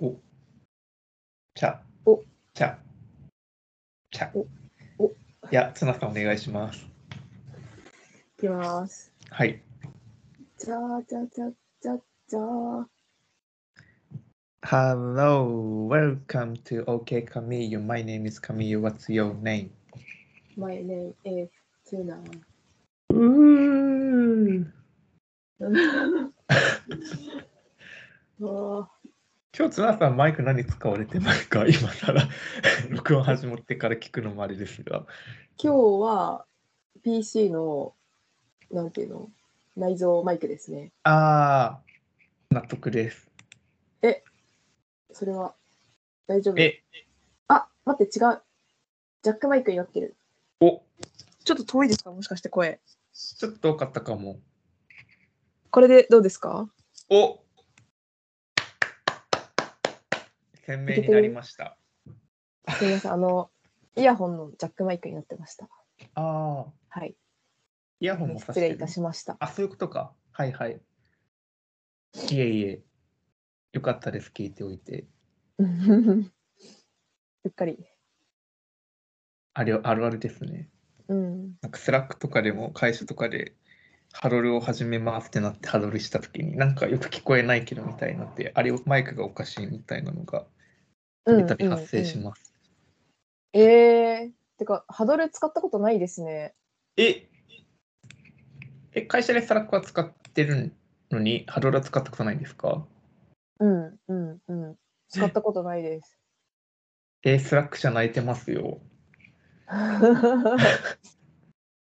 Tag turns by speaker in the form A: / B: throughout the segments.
A: お、ちゃ、
B: お、
A: ちゃ、ちゃ。
B: おお
A: いや、ツナさんお願いします。
B: いきます。
A: はい。
B: じゃーじゃーじゃーじゃーじゃー。
A: Hello, welcome to OK Camille. My name is Camille. What's your name?
B: My name is Tuna.
A: うーん。
B: あ
A: 今日ツナさんマイク何使われてますか 今から録音始まってから聞くのもあれですが。
B: 今日は PC のなんていうの内蔵マイクですね。
A: あー、納得です。
B: それは大丈夫。
A: え、
B: あ待って違う。ジャックマイクになってる。
A: お、
B: ちょっと遠いですかもしかして声。
A: ちょっと多かったかも。
B: これでどうですか
A: お鮮明になりました。
B: すみません。あの、イヤホンのジャックマイクになってました。
A: ああ、
B: はい。
A: イヤホンもさ
B: 失礼いたしました。
A: あ、そういうことか。はいはい。いえいえ。よかったです。聞いておいて。
B: うんうっかり。
A: あれあるあるですね。
B: うん。
A: なんかスラックとかでも会社とかでハドルを始めますってなってハドルしたときになんかよく聞こえないけどみたいになってあれをマイクがおかしいみたいなのがたびたび発生し
B: す。
A: ます。
B: ええー。てか、ハドル使ったことないですね。
A: ええ会社でスラックは使ってるのにハドルは使ったことないんですか
B: うん、うん、うん。使ったことないです。
A: えスラック社泣いてますよ。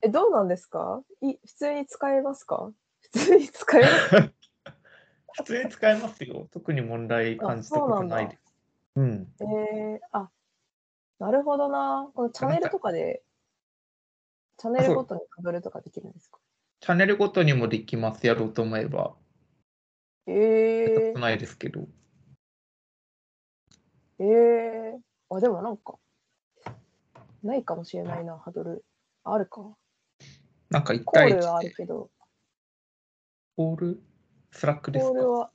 B: え、どうなんですかい普通に使えますか普通に使えます
A: 普通に使えますよ。特に問題感じたことないです。うん。
B: えー、あ、なるほどな。このチャンネルとかで、チャンネルごとにハドルとかできるんですか
A: チャンネルごとにもできます、やろうと思えば。
B: え
A: やったこ
B: ー
A: と、ないですけど。
B: ええあ、でもなんか、ないかもしれないな、ハドル。あるか。
A: なんか1
B: コ
A: 対
B: ールは
A: 1
B: あ
A: で
B: る。けど、
A: コールスラックです
B: コー
A: か
B: ルは、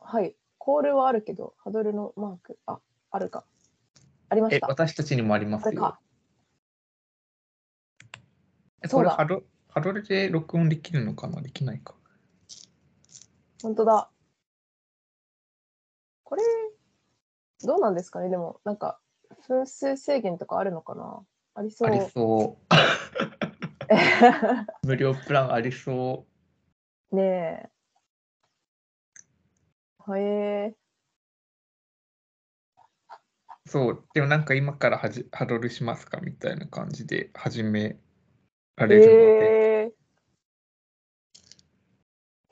B: はい、コールはあるけど、ハドルのマーク、あ、あるか。ありまし
A: え、
B: た。
A: 私たちにもありま
B: こ
A: す
B: れ
A: よ
B: か。。
A: え
B: そ
A: こ
B: う
A: れ
B: だ
A: ハドハドルで録音できるのかなできないか。
B: 本当だ。これ、どうなんですかねでも、なんか、分数制限とかあるのかなありそ
A: あり
B: う。
A: そう。無料プランありそ
B: ねえ。はえ
A: う。そう。でもなんか今からはじハドルしますかみたいな感じで始めら
B: ー。
A: れるの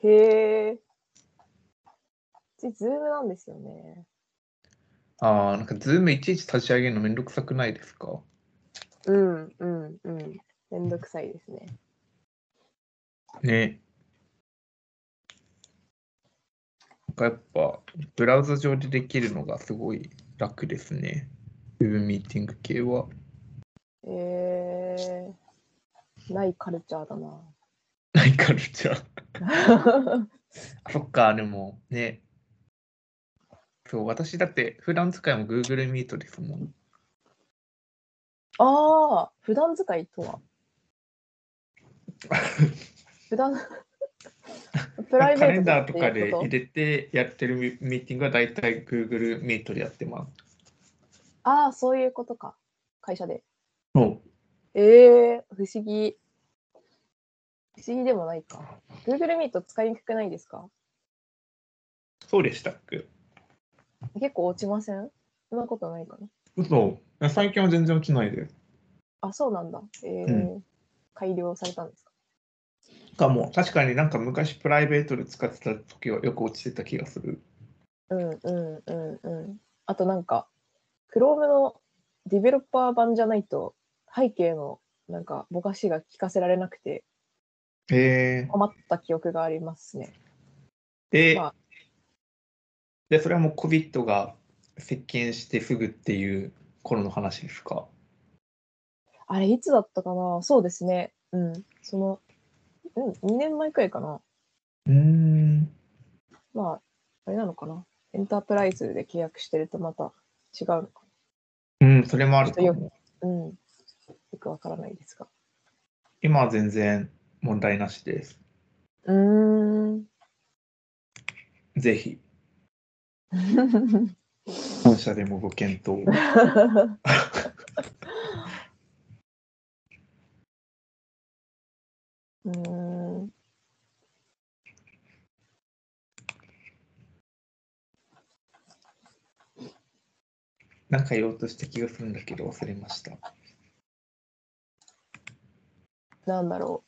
A: で。
B: へえ。へえ。うち、ズームなんですよね。
A: ああ、なんかズームいちいち立ち上げるのめんどくさくないですか
B: うん、うん、うん。めんどくさいですね。
A: ね。なんかやっぱブラウザ上でできるのがすごい楽ですね。ウェブミーティング系は。
B: えー、ないカルチャーだな。
A: ないカルチャー。あそっか、でもね。そう、私だって普段使いも Google Meet ですもん。
B: ああ、普段使いとは。普段プライベ
A: カレ
B: ー
A: ン
B: ト
A: ダー
B: って
A: と
B: いう
A: かで
B: こと
A: 入れてやってるミミーティングは大体 Google Meet でやってます。
B: ああ、そういうことか。会社で。
A: そう。
B: えー、不思議。不思議でもないか。Google Meet 使いにくくないですか
A: そうでしたっけ
B: 結構落ちませんそんなことないかな。
A: 嘘。最近は全然落ちないです。
B: あ、そうなんだ。えー
A: う
B: 改良されたんですか
A: かも。確かになんか昔プライベートで使ってた時はよく落ちてた気がする。
B: うんうんうんうん。あとなんか、Chrome のディベロッパー版じゃないと背景のなんかぼかしが聞かせられなくて
A: へ
B: 困った記憶がありますね。
A: え。で、
B: まあ
A: でそれはもう COVID が接近してすぐっていう頃の話ですか。
B: あれ、いつだったかなそうですね。うん。その、うん、2年前くらいかな。
A: うーん。
B: まあ、あれなのかな。エンタープライズで契約してるとまた違うのか。
A: うん、それもあると
B: ち
A: 思う。
B: うん。よくわからないですが。
A: 今は全然問題なしです。
B: うーん。
A: ぜ ひ、本社でもご検討を。
B: うーん。
A: なんか言おうとした気がするんだけど忘れました。
B: なんだろ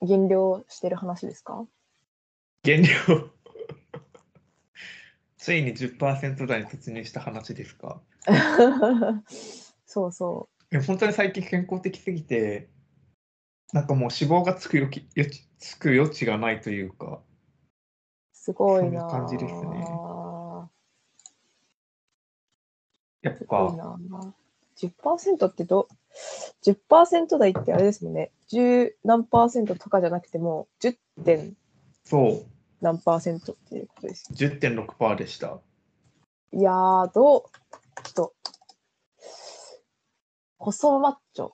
B: う。減量してる話ですか
A: 減量。 ついに10%台に突入した話ですか。
B: そうそ
A: え本当に最近健康的すぎて、なんかもう脂肪がつく余地余地つく余地がないというか、
B: う。すごいな
A: そん
B: ぁ。
A: な感じですね
B: す
A: やっ
B: ごい
A: ぱ
B: なぁ。10%ってど、10%台ってあれですもんね。10何パーセントとかじゃなくても、10. 点
A: そ
B: 何パーセントっていうことです。
A: う、10.6%でした。
B: いやー、どうちょっと、細マッチョ。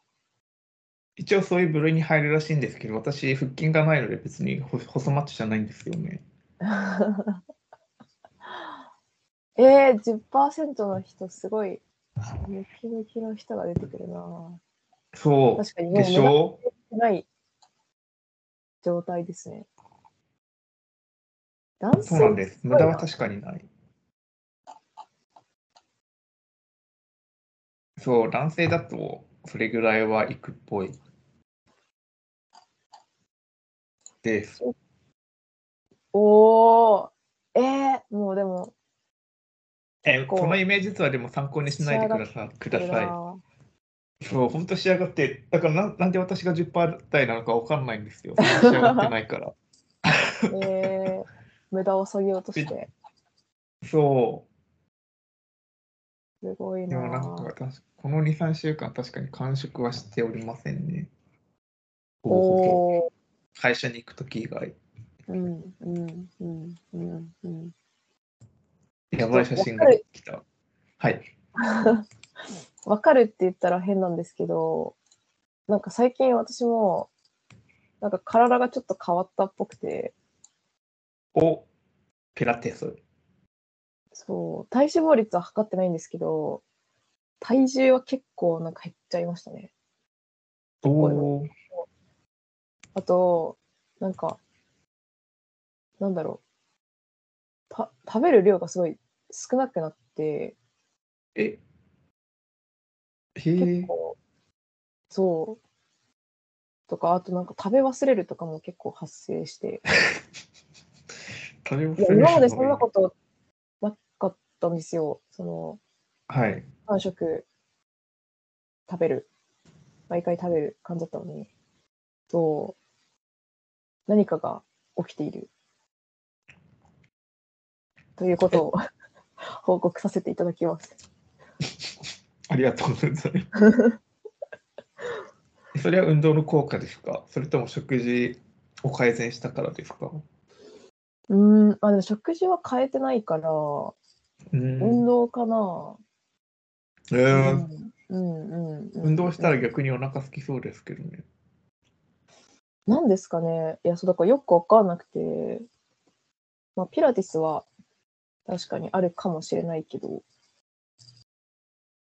A: 一応そういう部類に入るらしいんですけど、私、腹筋がないので別にほ細マッチョじゃないんですよね。
B: えー、10%の人、すごい、ムキムキの人が出てくるなぁ
A: そ
B: 確かに、
A: う、
B: も
A: で
B: う目
A: し
B: 立っ
A: ょ
B: てない状態ですね。男性
A: そうなんです。無
B: ごいな
A: 駄は確かにない。そう、男性だとそれぐらいはいくっぽい。です。
B: おおえー、もうでも、
A: え、
B: こう
A: このイメージ図はでも参考にしないでくださくださ
B: こ
A: い。そう、本当仕上がって、だからなんなんで私が10%台なのかわかんないんですよ。仕上がってない から。
B: れはえー、無駄を削ぎ落 として、
A: そう。
B: すごい
A: で
B: な
A: もなんか確かこの2、3週間確かに完食はしておりませんね。
B: お
A: ほぼ
B: お
A: 会社に行くとき以外。
B: ーうんうんうんうんうん。
A: やばい写真が出てきた。はい。
B: わかるって言ったら変なんですけど、なんか最近私も、なんか体がちょっと変わったっぽくて、
A: おピラティス。
B: そう、体脂肪率は測ってないんですけど、体重は結構なんか減っちゃいましたね。
A: おおー。
B: あと、なんか、なんだろう。た食べる量がすごい少なくなって、
A: えへ
B: 結
A: え。
B: 構、そう。とか、あとなんか食べ忘れるとかも結構発生して、
A: 食べ
B: いや、今までそんなことなかったんですよ。その、
A: と。はい。
B: 3食食べる毎回食べる感じだったのにと何かが起きているということを 報告させていただきます
A: ありがとうご ざいます。それは運動の効果ですかそれとも食事を改善したからですか
B: うーんあでも食事は変えてないから
A: う
B: 運
A: ん。
B: 動かな、
A: え
B: う
A: ー
B: ん、うんうんうん
A: 運動したら逆にお腹空きそうですけどね。
B: なんですかねいやそうだからよくわかんなくて、まあ、ピラティスは確かにあるかもしれないけど
A: う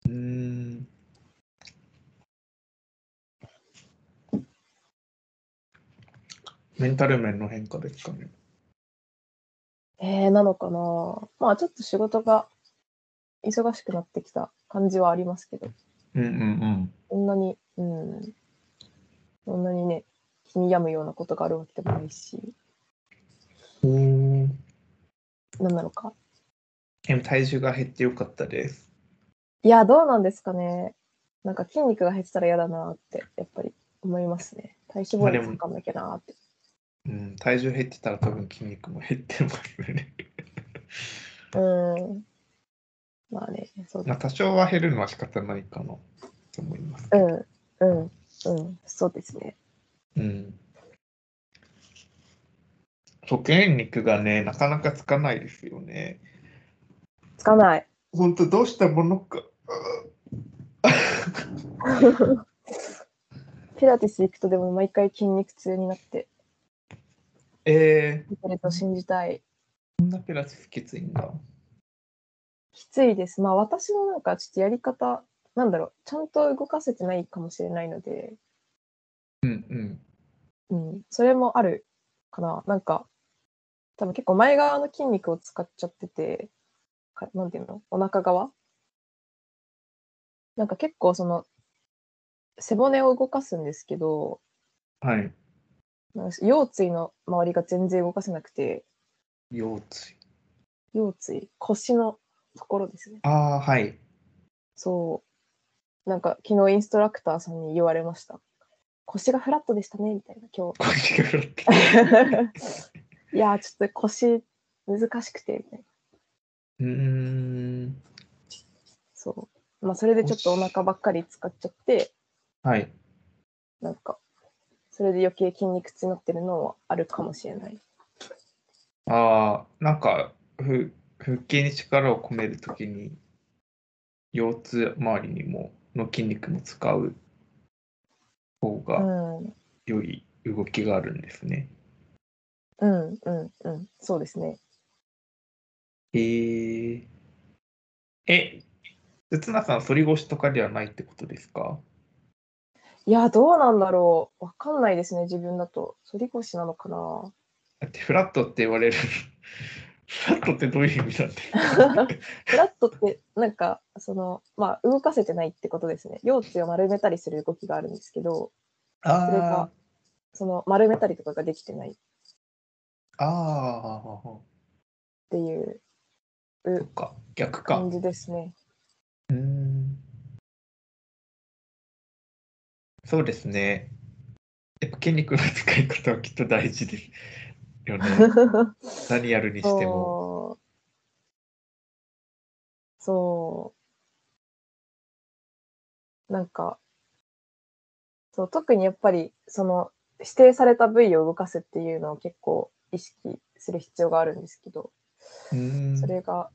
A: ーん。メンタル面の変化ですかね。
B: えー、なのかなまあちょっと仕事が忙しくなってきた感じはありますけど、
A: うんうんうん。
B: そんなに、うん、そんなにね、気に病むようなことがあるわけでもないし、
A: おー
B: なんなのか。
A: でも体重が減ってよかったです。
B: いや、どうなんですかね。なんか筋肉が減ってたら嫌だなって、やっぱり思いますね。体脂肪率測んなきゃなって。
A: うん、体重減ってたら多分筋肉も減ってますね。
B: うん。まあね、そう
A: まあ
B: だ。
A: 多少は減るのは仕方ないかなと思います。
B: うん、うん、うん、そうですね。
A: うん。保険肉がね、なかなかつかないですよね。
B: つかない。
A: 本当どうしたものか。
B: ピラティス行くとでも毎回筋肉痛になって、
A: えー、
B: 行けると信じたい。
A: こんなピラティスきついんだ。
B: きついです。まあ私もなんかちょっとやり方、なんだろう、ちゃんと動かせてないかもしれないので、
A: うんうん。
B: うん、それもあるかな。なんか、多分結構前側の筋肉を使っちゃってて、かなんていうのお腹側なんか結構その、背骨を動かすんですけど、
A: はい。
B: なんか腰椎の周りが全然動かせなくて、
A: 腰椎。
B: 腰椎、腰のところですね。
A: ああ、はい。
B: そう。なんか昨日インストラクターさんに言われました。腰がフラットでしたねみたいな今
A: 腰が裏って。
B: 日。いやーちょっと腰難しくてみたいな。
A: うーん。
B: そう。まあそれでちょっとお腹ばっかり使っちゃって、
A: はい。
B: なんかそれで余計筋肉痛になってるのはあるかもしれない。
A: ああ、なんか、ふ、腹筋に力を込めるときに、腰痛周りにも、の筋肉も使う方
B: う
A: が
B: ん。うん
A: 良い動きがあるんですね。
B: うんうん。そうですね。
A: えー、え、つなさん、反り腰とかではないってことですか
B: いやーどうなんだろう。わかんないですね自分だと。反り腰なのかな。
A: だってフラットって言われるフラットってどういう意味なんですか
B: フラットってなんかそのまあ動かせてないってことですね腰椎を丸めたりする動きがあるんですけどそれ
A: あ
B: がその丸めたりとかができてないっ
A: あ、ああ、
B: ていう
A: そっか、逆か。
B: 感じですね
A: うーんそうですね。やっぱ筋肉の使い方はきっと大事ですよね。 何やるにしても。
B: そうそうなんかそう特にやっぱりその指定された部位を動かすっていうのを結構意識する必要があるんですけど
A: うーん
B: それが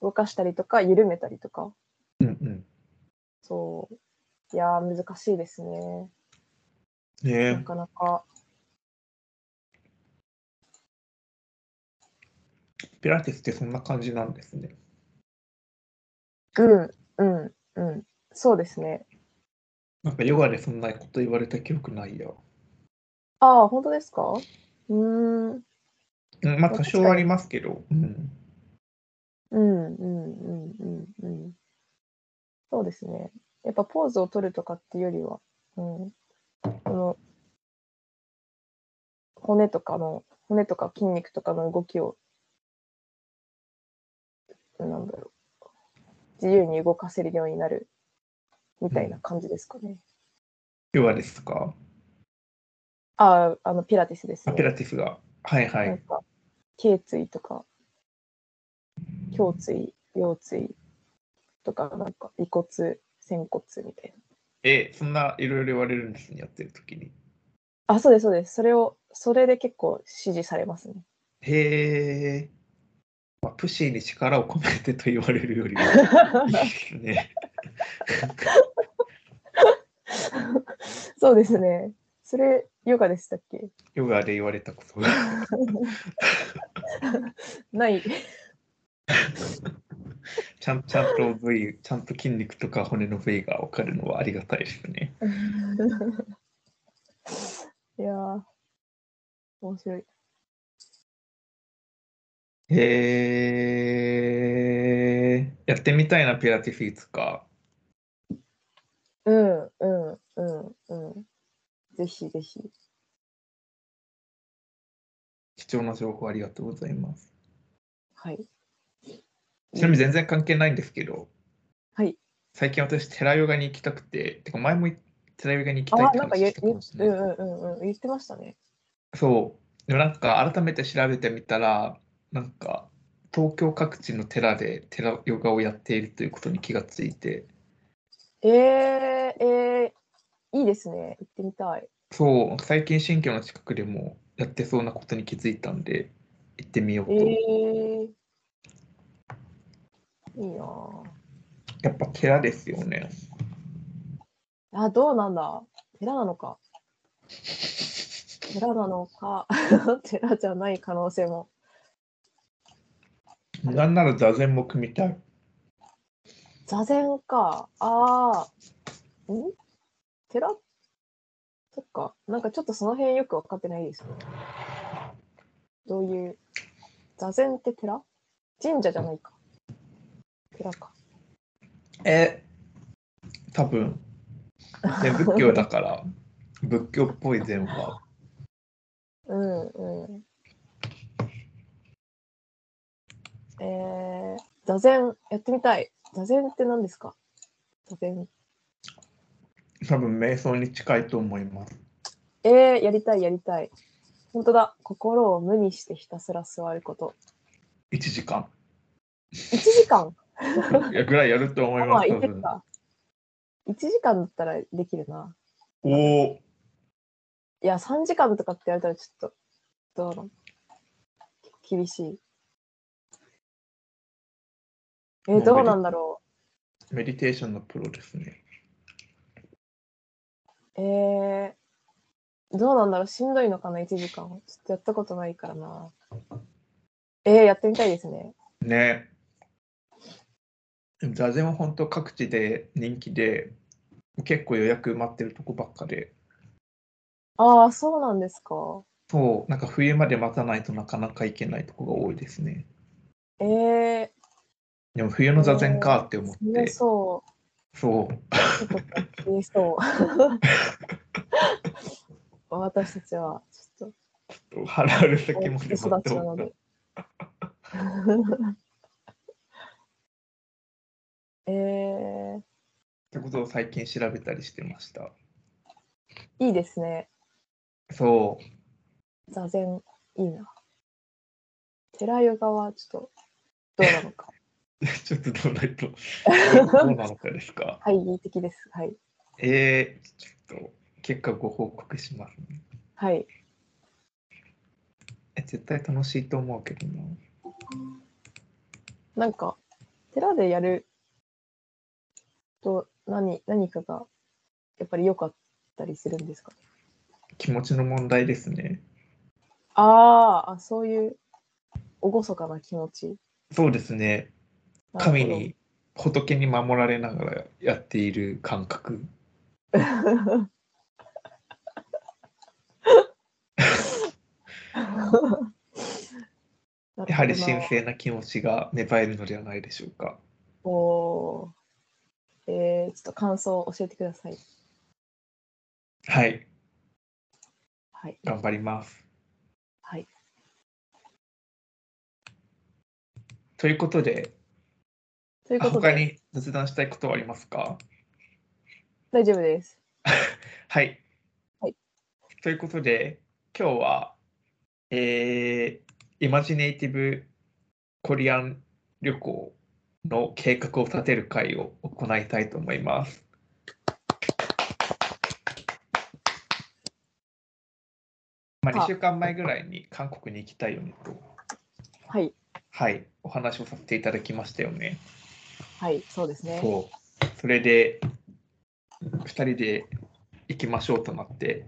B: 動かしたりとか緩めたりとか
A: うんうん。
B: そういやー難しいですねな
A: ね
B: かなか
A: ピラティスってそんな感じなんですね。
B: うんうんうんそうですね
A: なんかヨガでそんなこと言われた記憶ないよ。
B: ああ本当ですかうー
A: う
B: ん
A: ん、まあ
B: まあ
A: 多少はありますけど。うん。
B: うんうんうんうんうんそうですねやっぱポーズを取るとかっていうよりは、うん、この骨とかの骨とか筋肉とかの動きをなんだろう自由に動かせるようになるみたいな感じですかね、
A: ヨガですか
B: ああ、あの、ピラティスです
A: あ
B: ね。
A: ピラティスが。はいは
B: なん
A: い。
B: か、頸椎とか、胸椎、腰椎とか、なんか、尾骨、仙骨みたい
A: え、そんないろいろ言われるんですね、やってるときに。
B: な。あ、そうです、そうです。それを、それで結構支持されますね。
A: へえ。まあ、プシーに力を込めてと言われる よりは。いいですね。
B: そうですね。それ、ヨガでしたっけ
A: ヨガで言われたことが。
B: ない。
A: ちゃんちゃんと部位、ちゃんと筋肉とか骨の部位が分かるのはありがたいですね。
B: いやー、面白い。
A: へえ。やってみたいな、ピラティスいつか。
B: うん、うん、うん、うん。ぜひぜひ。
A: 貴重な情報ありがとうございます。
B: はい。
A: ちなみに全然関係ないんですけど、
B: はい。
A: 最近私、寺ヨガに行きたくて、てか前も寺ヨガに行きたいっ
B: あ、
A: て
B: なんか
A: 話し
B: 言え、
A: たか
B: 言
A: もしれ
B: え
A: ない。
B: うんうんうん、言ってましたね。
A: そう。でもなんか改めて調べてみたら、なんか東京各地の寺で寺ヨガをやっているということに気がついて、
B: えー、えー、いいですね。行ってみたい。
A: そう、最近新居の近くでもやってそうなことに気づいたんで、行ってみようと。
B: えー、いいなぁ
A: やっぱ寺ですよね。
B: あ、どうなんだ。寺なのか。寺なのか。 寺じゃない可能性も。
A: なんなら座禅も組みたい。
B: 座禅か。ああ。ん寺そっか。なんかちょっとその辺よく分かってないですね。どういう。座禅って寺神社じゃないか。寺か。
A: え、多分。ね、仏教だから、 仏教っぽい禅は。
B: うんうん。えー、座禅やってみたい。座禅って何ですか座禅。
A: 多分瞑想に近いと思います。
B: えー、やりたいやりたい。本当だ。心を無にしてひたすら座ること。
A: 1時 間。
B: 1時間
A: いやぐらいやると思
B: あ、
A: い
B: ま
A: ま
B: あ、
A: す。
B: い
A: 多
B: け
A: 分
B: るか。1時間だったらできるな。
A: おお、
B: いや、3時間とかってやれたらちょっと、どうなの厳しい。えー、どうなんだろう。
A: メディテーションのプロですね。
B: えー、どうなんだろうしんどいのかな ?1 時間。ちょっとやったことないからな。えー、やってみたいですね。
A: ね。座禅は本当各地で人気で、結構予約埋まってるとこばっかで、
B: ああ、そうなんですか。
A: そう、なんか冬まで待たないとなかなか行けないとこが多いですね。
B: えー、
A: でも冬の座禅かって思っ
B: 強
A: て、
B: そ
A: そう、
B: う。ちょっと強 そう。私たちは、ちょっ
A: 払う先
B: と、
A: まで
B: 育ち
A: 待って
B: な
A: も
B: の で。えー、
A: ってことを最近調べたりしてました。
B: いいですね。
A: そ
B: 座禅、いいな。寺ヨガは、ちょっと、どうなのか。
A: う、 ちょっとどうないと、どうなのかですか。
B: はい、議的です。はい。
A: えー、ちょっと結果ご報告しますね。
B: はい。
A: え絶対楽しいと思うけどな。
B: なんか、寺でやると、何、何かが、やっぱり良かったりするんですか
A: 気持ちの問題ですね。
B: あーあ、そういう、厳かな気持ち。
A: そうですね。
B: なるほど
A: 神。に、仏に守られながらやっている感覚。
B: なるほどな
A: やはり神聖な気持ちが芽生えるのではないでしょうか。
B: おーえー、ちょっと感想を教えてください。
A: はい、
B: はい。
A: 頑張ります。
B: はい。
A: ということで、
B: ということ
A: 他
B: で、
A: に雑談したいことはありますか
B: 大丈夫です。
A: はい。
B: はい
A: ということで、今日は、えー、イマジネイティブコリアン旅行の計画を立てる会を行いたいと思います。まあ、
B: は
A: 2週間前ぐらいに韓国に行きたいよねと、
B: はい。
A: はい、お話をさせていただきましたよね。
B: はい。そうですね。
A: そう。それで、2人で行きましょうとなって、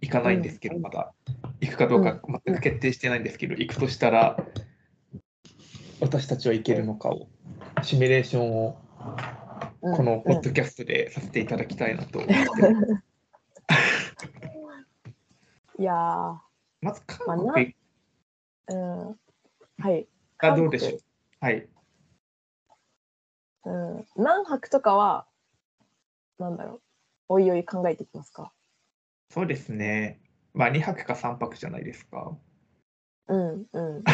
A: 行かないんですけど、
B: うん
A: まだ。行くかどうか全く決定してないんですけど、行くとしたら、私たちは行けるのかを、シミュレーションを
B: うん
A: このポッ
B: うん
A: ドキャストでさせていただきたいなと思って、
B: いやー、
A: まず韓
B: まあな
A: 国行っ
B: うん。はい。
A: たらどうでしょう。はい。
B: うん、何泊とかは、なんだろう、おいおい考えていきますか。
A: そうですね。まあ、2泊か3泊じゃないですか。
B: うん、うん。うん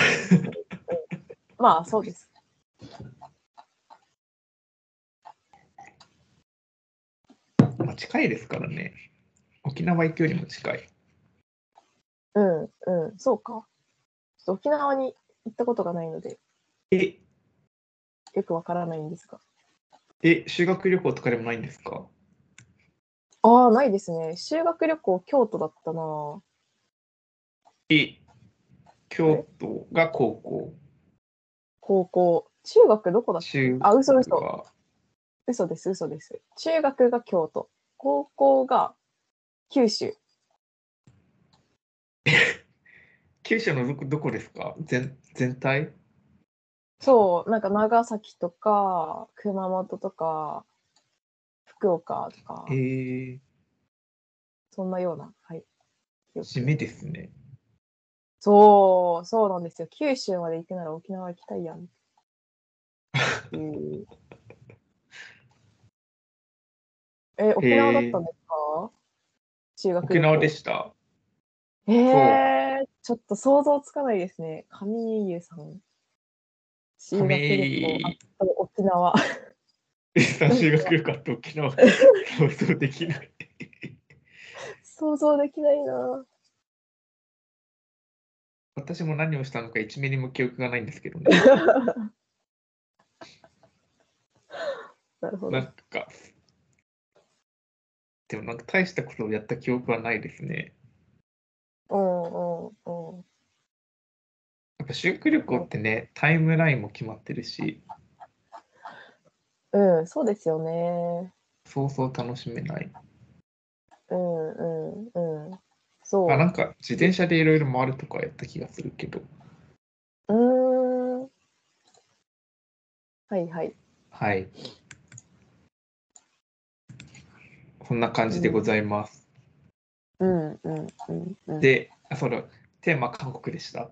B: まあ、そうです。
A: まあ、近いですからね。沖縄行くよりも近い。
B: うん、うん、そうか。ちょっと沖縄に行ったことがないので、
A: え、
B: よくわからないんですが。
A: え、修学旅行とかでもないんですか
B: ああ、ないですね。修学旅行、京都だったな。
A: い京都が高校。
B: 高校。中学どこだっけ
A: 中
B: あ嘘嘘
A: は
B: 嘘です、嘘です。中学が京都。高校が九州。
A: 九州のどこどこですか全全体
B: そう、なんか長崎とか、熊本とか、福岡とか
A: え、ー、
B: そんなような。はい。
A: 締めですね。
B: そう、そうなんですよ。九州まで行くなら沖縄行きたいやん。っていうえ、沖縄だったんですか中学
A: 沖縄でした。
B: ええー、ちょっと想像つかないですね。上井優さん。修学旅
A: 亀井
B: 行、あと沖縄。
A: さん修学旅行って沖縄想像できない。
B: 想像できないな。
A: 私も何をしたのか1ミリも記憶がないんですけど ね。
B: なるほ
A: な
B: ど
A: ん。か、でもなんか大したことをやった記憶はないですね。
B: うんうんうん。
A: やっぱ修学旅行ってね、タイムラインも決まってるし、
B: うん、そうですよね。
A: そうそう楽しめない。
B: うんうんうん。そう。
A: あなんか自転車でいろいろ回るとかやった気がするけど、
B: うーん。はいはい。
A: はい。こんな感じでございます。
B: うんうんうんうん。
A: で、あそうだ、テーマ韓国でした。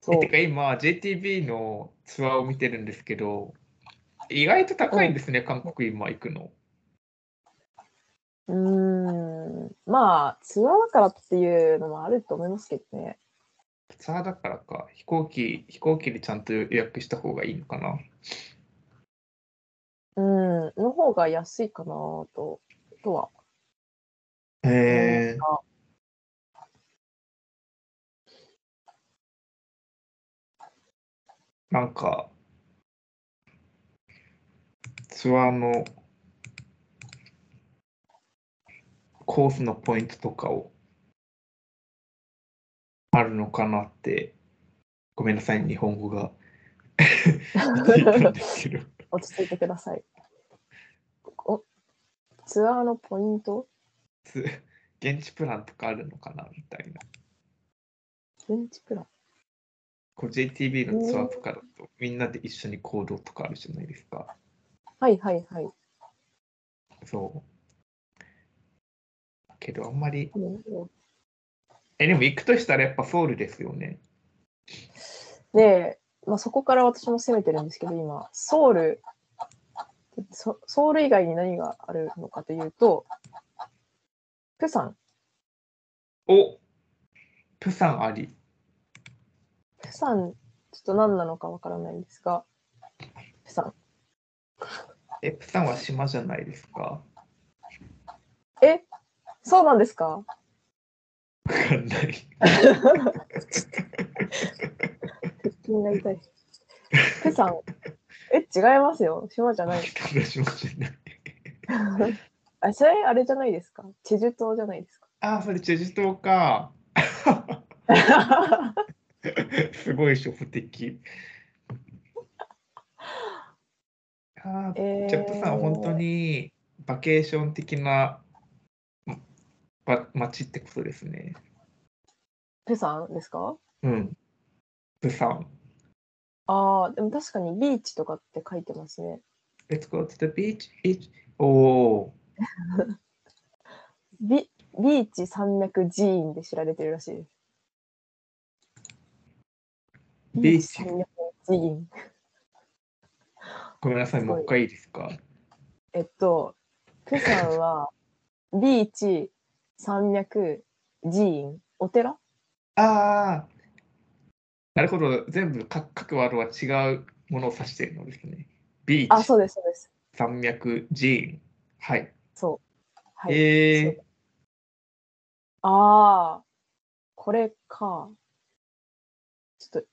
B: そう
A: て。か今、JTB のツアーを見てるんですけど、意外と高いんですね、韓国今行くの。
B: うーん。まあ、ツアーだからっていうのもあると思いますけどね。
A: ツアーだからか、飛行機、飛行機でちゃんと予約した方がいいのかな。
B: うん。の方が安いかなと、とは
A: へえ。なんか、ツアーのコースのポイントとかをあるのかなって、ごめんなさい、日本語が出ていたんですけど。
B: 落ち着いてください。おツアーのポイント
A: つ現地プランとかあるのかなみたいな。
B: 現地プラン。
A: こう JTB のツアーとかだと、みんなで一緒に行動とかあるじゃないですか。
B: はいはいはい。
A: そう。けど、あんまり。
B: うん
A: え、でも行くとしたらやっぱソウルですよね。
B: で、まあ、そこから私も攻めてるんですけど、今、ソウル、ソソウル以外に何があるのかというと、プサン。
A: おプサンあり。
B: プサン、ちょっと何なのかわからないんですが、プサン。
A: え、プサンは島じゃないですか。
B: えそうなんですか
A: わかんない。
B: 腹筋が痛い。プサン。え、違いますよ。島じ ゃない。
A: 北の島じゃない。
B: あ、それあれじゃないですか。チェジュ島じゃないで すか。
A: あ、それチェジュ島か。すごい初歩的。あー
B: えー、
A: じゃあ、プサンは本当にバケーション的なば街ってことですね。
B: プサンですか
A: うん。プサン。
B: ああ、でも確かにビーチとかって書いてますね。
A: Let's go to the beach. Each. おー
B: ビビーチ山脈寺院で知られてるらしいです。
A: ビーチ
B: 山脈寺院。
A: ごめんなさい、
B: すご
A: も
B: いう
A: 一回いいですか。
B: えっと、プサンはビーチ山脈寺院。お寺
A: ああ。なるほど、全部各各ワードは違うものを指しているのですね。ビー
B: あ、
A: チ、
B: そうです、そうです。
A: 山脈、寺院。はい。
B: そう。はい。
A: え
B: ああ、これか。ちょっと、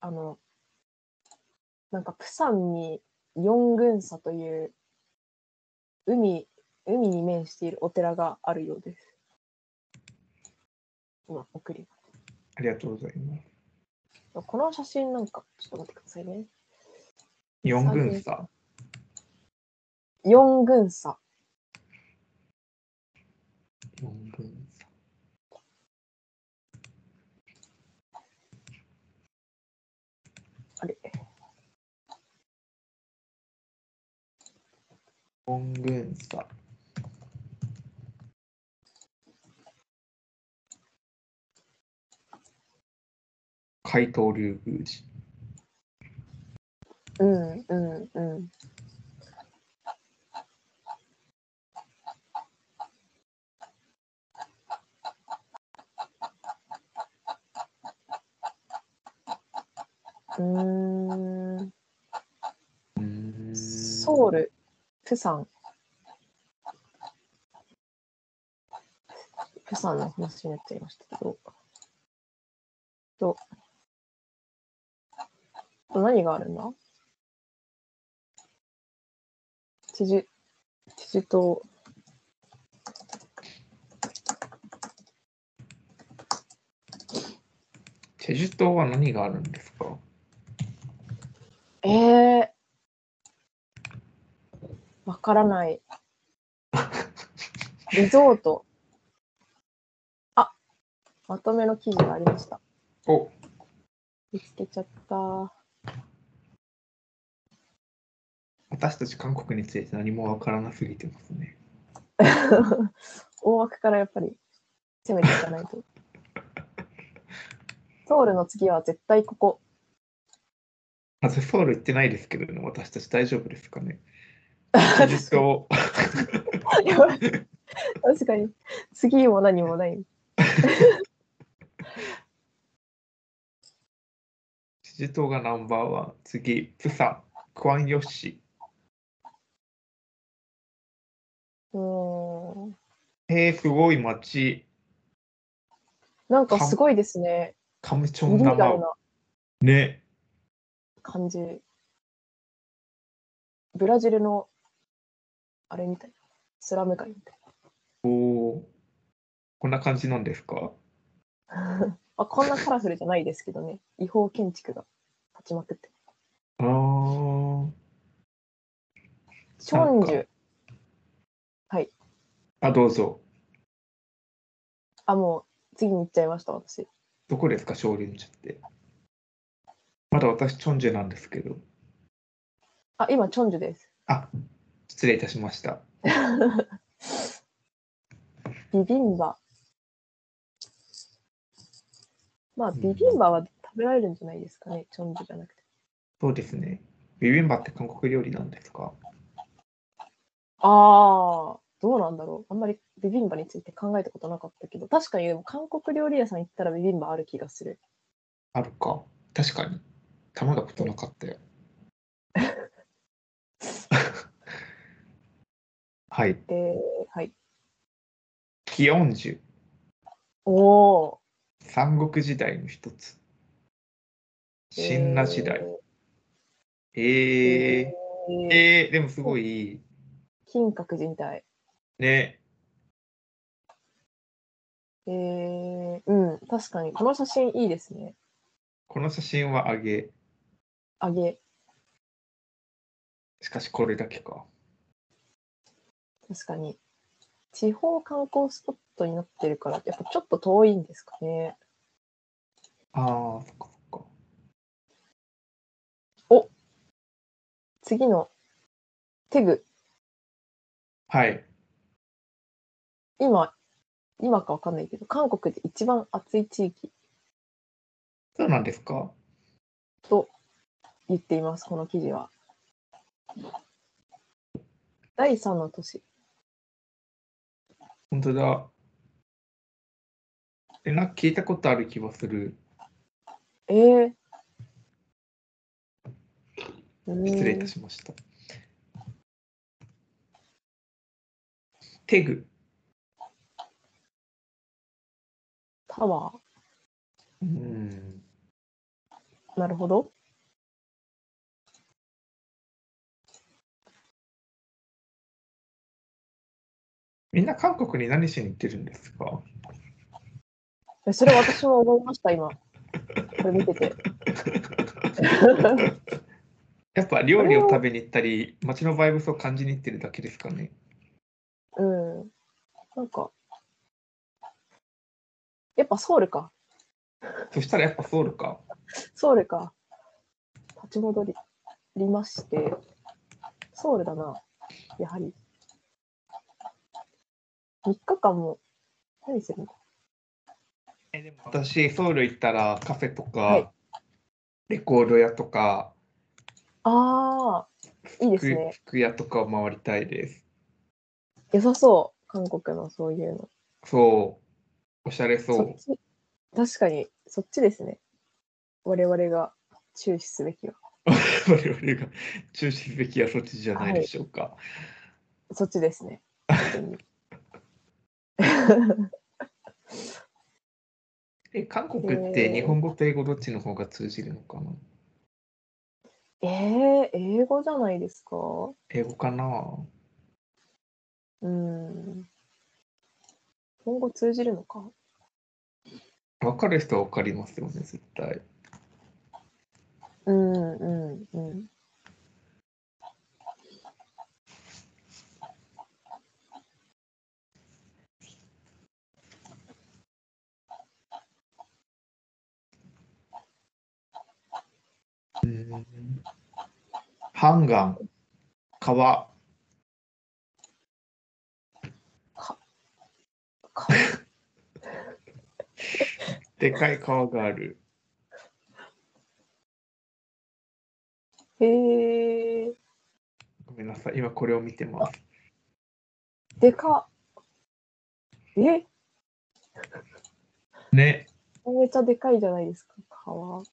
B: あの、なんか、プサンに四軍差という、海、海に面しているお寺があるようです。今送り
A: ありがとうございます。
B: ます。この写真なんか、ちょっと待ってくださいね。
A: 四軍差。
B: 四軍差。
A: 四軍差。
B: あれ
A: 四軍差。怪盗竜宮寺。
B: うんうんうん。うーん
A: うーん
B: ソウル、プサン。プサンの話になっちゃいましたけど。と、何があるんだチジ、チジ島。
A: チェジュ島は何があるんですか
B: えー、わからない。リゾート。あ、まとめの記事がありました。
A: お
B: 見つけちゃった。
A: 私たち韓国について何もわからなすぎてますね。
B: 大枠からやっぱり攻めていかないと。ソウルの次は絶対こ こ。
A: まずソウル行ってないですけれども、私たち大丈夫ですかねチェジュ
B: 確
A: 島、
B: かに。確かに次も何もない。
A: チェジュ島がナンバーワン。次、プサン、クアンヨッシ。
B: うーん。
A: えー、すごい街。
B: なんかすごいですね。
A: カムチ
B: リ
A: ョンナ
B: ーガ
A: マ
B: ル
A: ウ。
B: な
A: ね。
B: 感じ。ブラジルのあれみたいな。スラム街みたい
A: こんな感じなんですか
B: な。あこんなカラフルじゃないですけどね。違法建築が立ちまくって。
A: あー
B: チョンジュ。
A: あ、どうぞ。
B: あ、もう次に行っちゃいました、私。
A: どこですか、少林寺って。まだ私、チョンジュなんですけど。
B: あ、今、チョンジュです。
A: あ、失礼いたしました。
B: ビビンバ。まあ、ビビンバは食べられるんじゃないですかね、チョンジュじゃなくて。
A: そうですね。ビビンバって韓国料理なんですか
B: ああ、どうなんだろう。あんまりビビンバについて考えたことなかったけど、確かにでも韓国料理屋さん行ったらビビンバある気がする。
A: あるか。確かに。頼んだことなかったよ。はい。
B: えー、はい。
A: ギヨンジュ。
B: おお。
A: 三国時代の一つ。
B: 新
A: 新羅時代。え
B: え
A: ー、
B: ー
A: えー、
B: えー
A: えでもすごいいい。
B: 金閣人体。
A: ね。
B: えー、うん、確かに。この写真いいですね。
A: この写真はあげ。
B: あげ、
A: しかしこれだけか。
B: 確かに。地方観光スポットになってるから、やっぱちょっと遠いんですかね。
A: ああ、そっかそっか。
B: 次のテグ、
A: はい。
B: 今、今かわかんないけど、韓国で一番暑い地域
A: そうなんですか
B: と言っています、この記事は。第3の都市。
A: 本当だ。え、なんか聞いたことある気はする。
B: えー、うーん
A: 失礼いたしました。テグ。
B: タワ
A: うん。
B: ー。なるほど。
A: みんな韓国に何しに行ってるんですか
B: えそれ私も思いました、今。これ見て て。
A: やっぱ料理を食べに行ったり、街のバイブスを感じに行ってるだけですかね。
B: うん。なんか、やっぱソウルか。
A: そしたらやっぱソウルか。
B: ソウルか。立ち戻りりまして、ソウルだな、やはり。3日間も、何するの
A: えでも私、ソウル行ったらカフェとか、
B: はい
A: レコード屋とか、
B: ああ、いいです
A: 服
B: ね。
A: 服屋とかを回りたいです。
B: 良さそう。韓国のそういうの。
A: そう。おしゃれそ
B: そうっ。ち確かに、そっちですね。我々が注視すべきは。
A: 我 々が中心すべきはそっちじゃないでしょうか。
B: そっちですね。 本
A: え、韓国って日本語と英語どっちの方が通じるのかな
B: 当にえー、英語じゃないですか
A: 英語かな
B: うん。今後通じるのか
A: わかる人はわかりますよね、絶対。
B: うんうんうん。
A: うんハンガン、川、
B: か
A: でかい川がある。
B: へえ。
A: ごめんなさい、今これを見てます。
B: でかっ。え
A: ね、
B: めちゃでかいじゃないですか、川。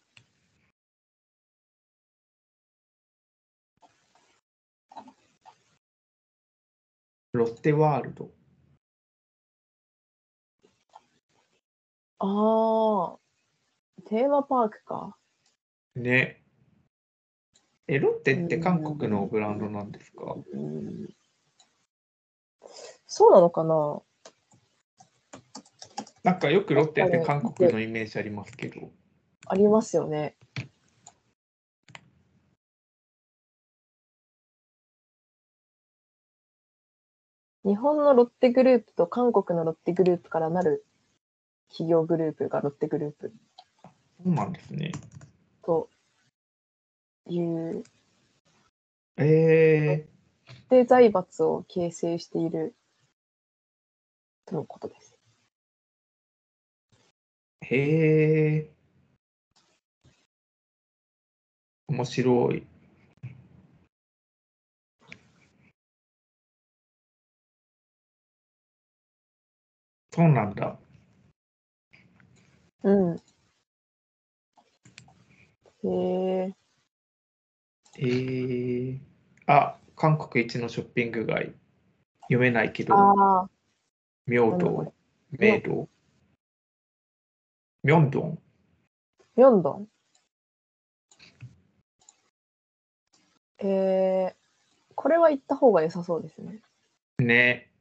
A: ロッテワールド。
B: ああ。テーマパークか。
A: ね。え、ロッテって韓国のブランドなんですか
B: うんそうなのかな
A: なんかよくロッテって韓国のイメージありますけど。
B: ありますよね。日本のロッテグループと韓国のロッテグループからなる企業グループがロッテグループ
A: そうなんですね。
B: という
A: え
B: で財閥を形成しているとのことです。
A: ー、へえ。面白い。そうなんだ。
B: うん。へえ。
A: えー、あ、韓国一のショッピング街。読めないけど、
B: ああ、
A: 明
B: なんだこ
A: 洞、明洞、明洞。
B: ヨンドン。えー、これは行った方が良さそうですね。
A: ね、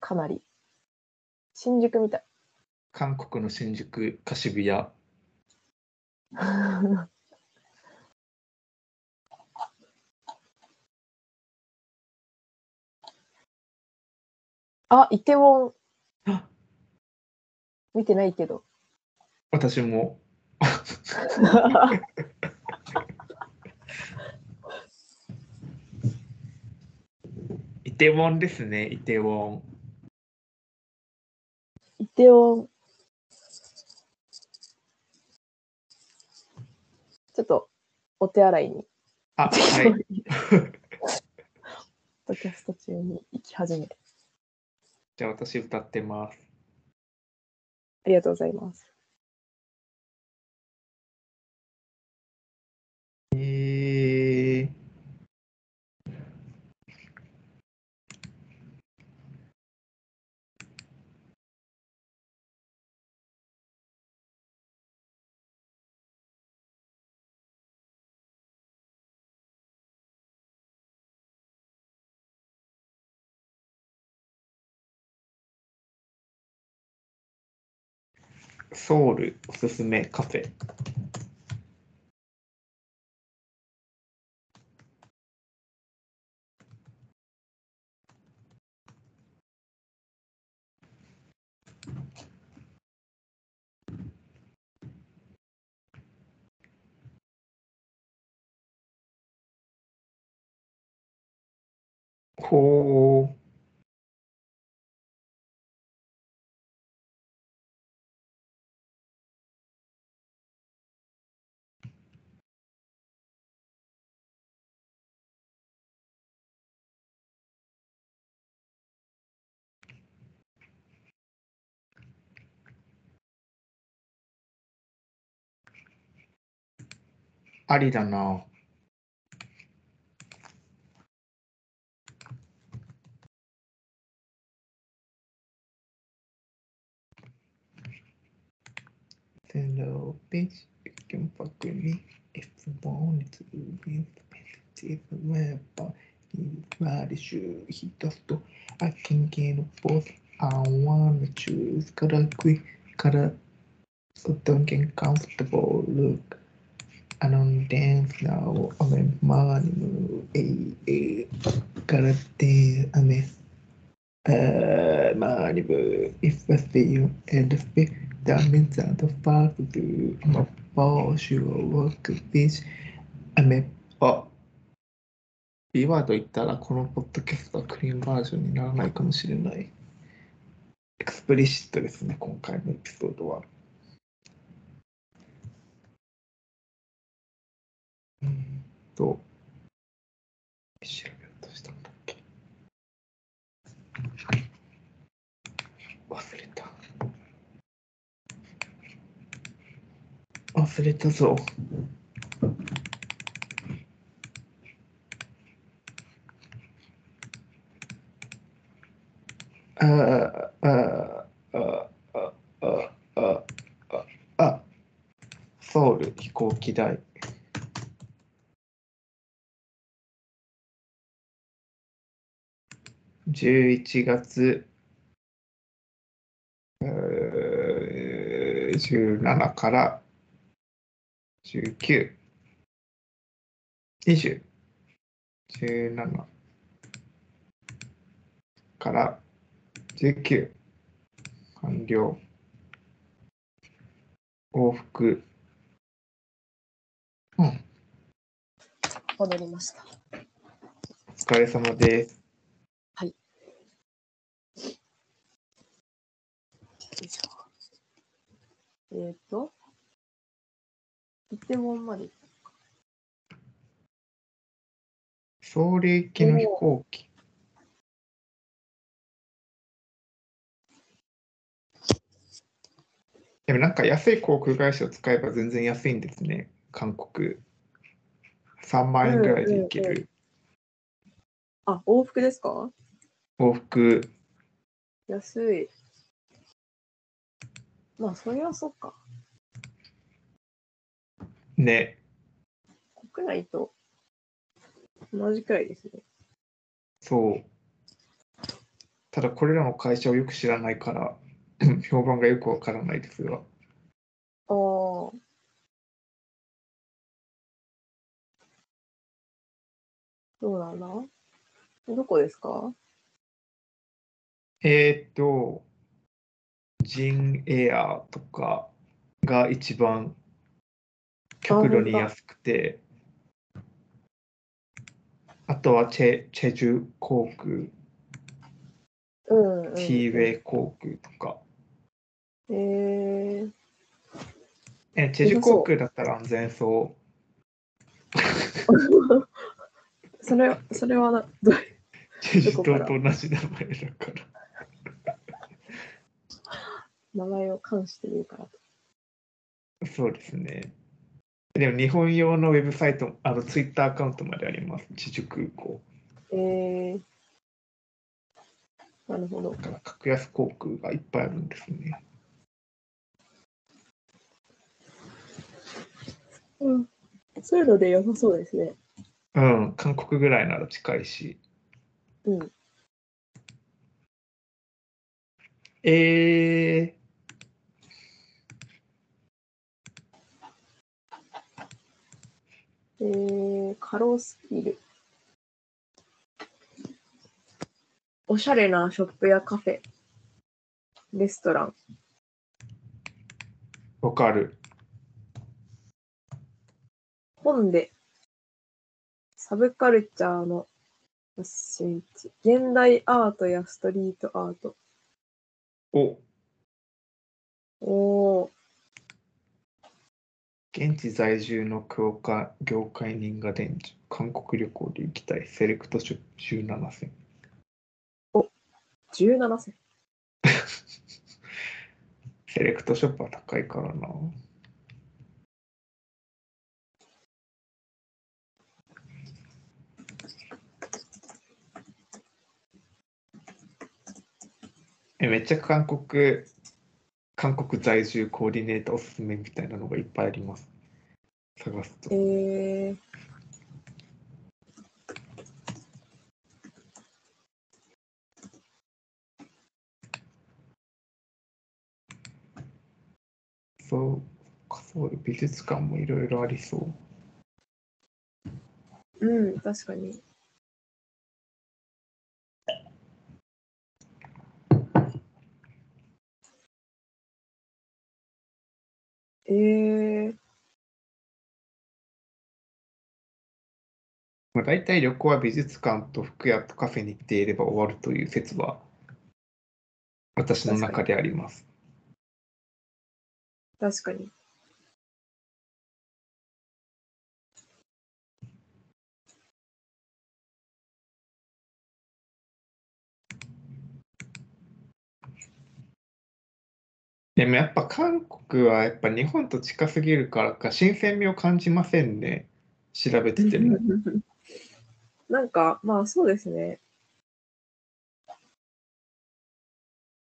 B: かなり。新宿みたい。
A: 韓国の新宿か渋谷。
B: あ、イテウォン
A: あ。
B: 見てないけど。
A: 私も。イテウォンですね、イテウォン。
B: イテウォン。ちょっと、お手洗いに。
A: あ、 はい。
B: ポッドキャスト中に行き始めて。
A: じゃあ私歌ってます。
B: ありがとうございます。
A: えーソウルおすすめカフェ。ほう。ありだな。Hello, bitch. You can fuck with me if you wanted to. Be competitive, but you try to shoot. He does too. I can get a both. I wanna choose. Gotta quit. Gotta. So don't get comfortable. Look. I don't dance now. I'm a money move. Hey, hey. Gotta dance. I'm a. Uh, money move. If I see you in the fit. That means I'm the fuck dude. I'm a boss, you a work bitch. I'm a... あ B ワード言ったらこのポッドキャストはクリーンバージョンにならないかもしれない。エクスプリシットですね、今回のエピソードは。うーんと、調べようとしたんだっけ忘れた。忘れたぞ。あーあーあーあーあーあーあソウル飛行機代。11月うー17から19、20、17から19、完了。往復。うん、
B: 戻りました。
A: お疲れ様です。
B: 以上。えっ、ー、と、イテウォンまで。
A: ソウル行きの飛行機。でもなんか安い航空会社を使えば全然安いんですね。韓国。3万円ぐらいで行ける。
B: あ、往復ですか
A: 往復。
B: 安い。まあ、そりゃそっか。
A: ね。
B: 国内と同じくらいですね。
A: そう。ただこれらの会社をよく知らないから、 評判がよくわからないですが。
B: ああ。そうなんだ。どこですか
A: えーっと、ジンエアとかが一番極度に安くて、あとはチェチェジュ航空、
B: うん、うん。
A: ティーウェイ航空とか、
B: えー、
A: えチェジュ航空だったら安全そう。
B: それ、それはな、どう
A: チェジュ島と同じ名前だから。
B: 名前を冠してるから。
A: そうですね。でも日本用のウェブサイト、あのツイッターアカウントまであります。自主空港
B: えー、なるほど。
A: だから格安航空がいっぱいあるんですね。
B: うん。そういうので良さそうですね。
A: うん、韓国ぐらいなら近いし。
B: うん。
A: えー、
B: えー、過労スキル。おしゃれなショップやカフェ、レストラン。
A: わかる。
B: 本で、サブカルチャーのスイッチ、現代アートやストリートアート。
A: お、
B: おー、
A: 現地在住の業界業界人が伝授。韓国旅行で行きたい。セレクトショップ17選。
B: 17歳。
A: セレクトショップは高いからな。え、めっちゃ韓国、韓国在住コーディネートおすすめみたいなのがいっぱいあります。探すと
B: え。ー、
A: そうか、そう、美術館もいろいろありそう。
B: うん、確かに。えー、
A: まあ、大体旅行は美術館と服屋とカフェに行っていれば終わるという説は私の中であります。
B: 確かに。
A: でもやっぱ韓国はやっぱ日本と近すぎるからか新鮮味を感じませんね。調べてても。
B: なんか、まあそうですね。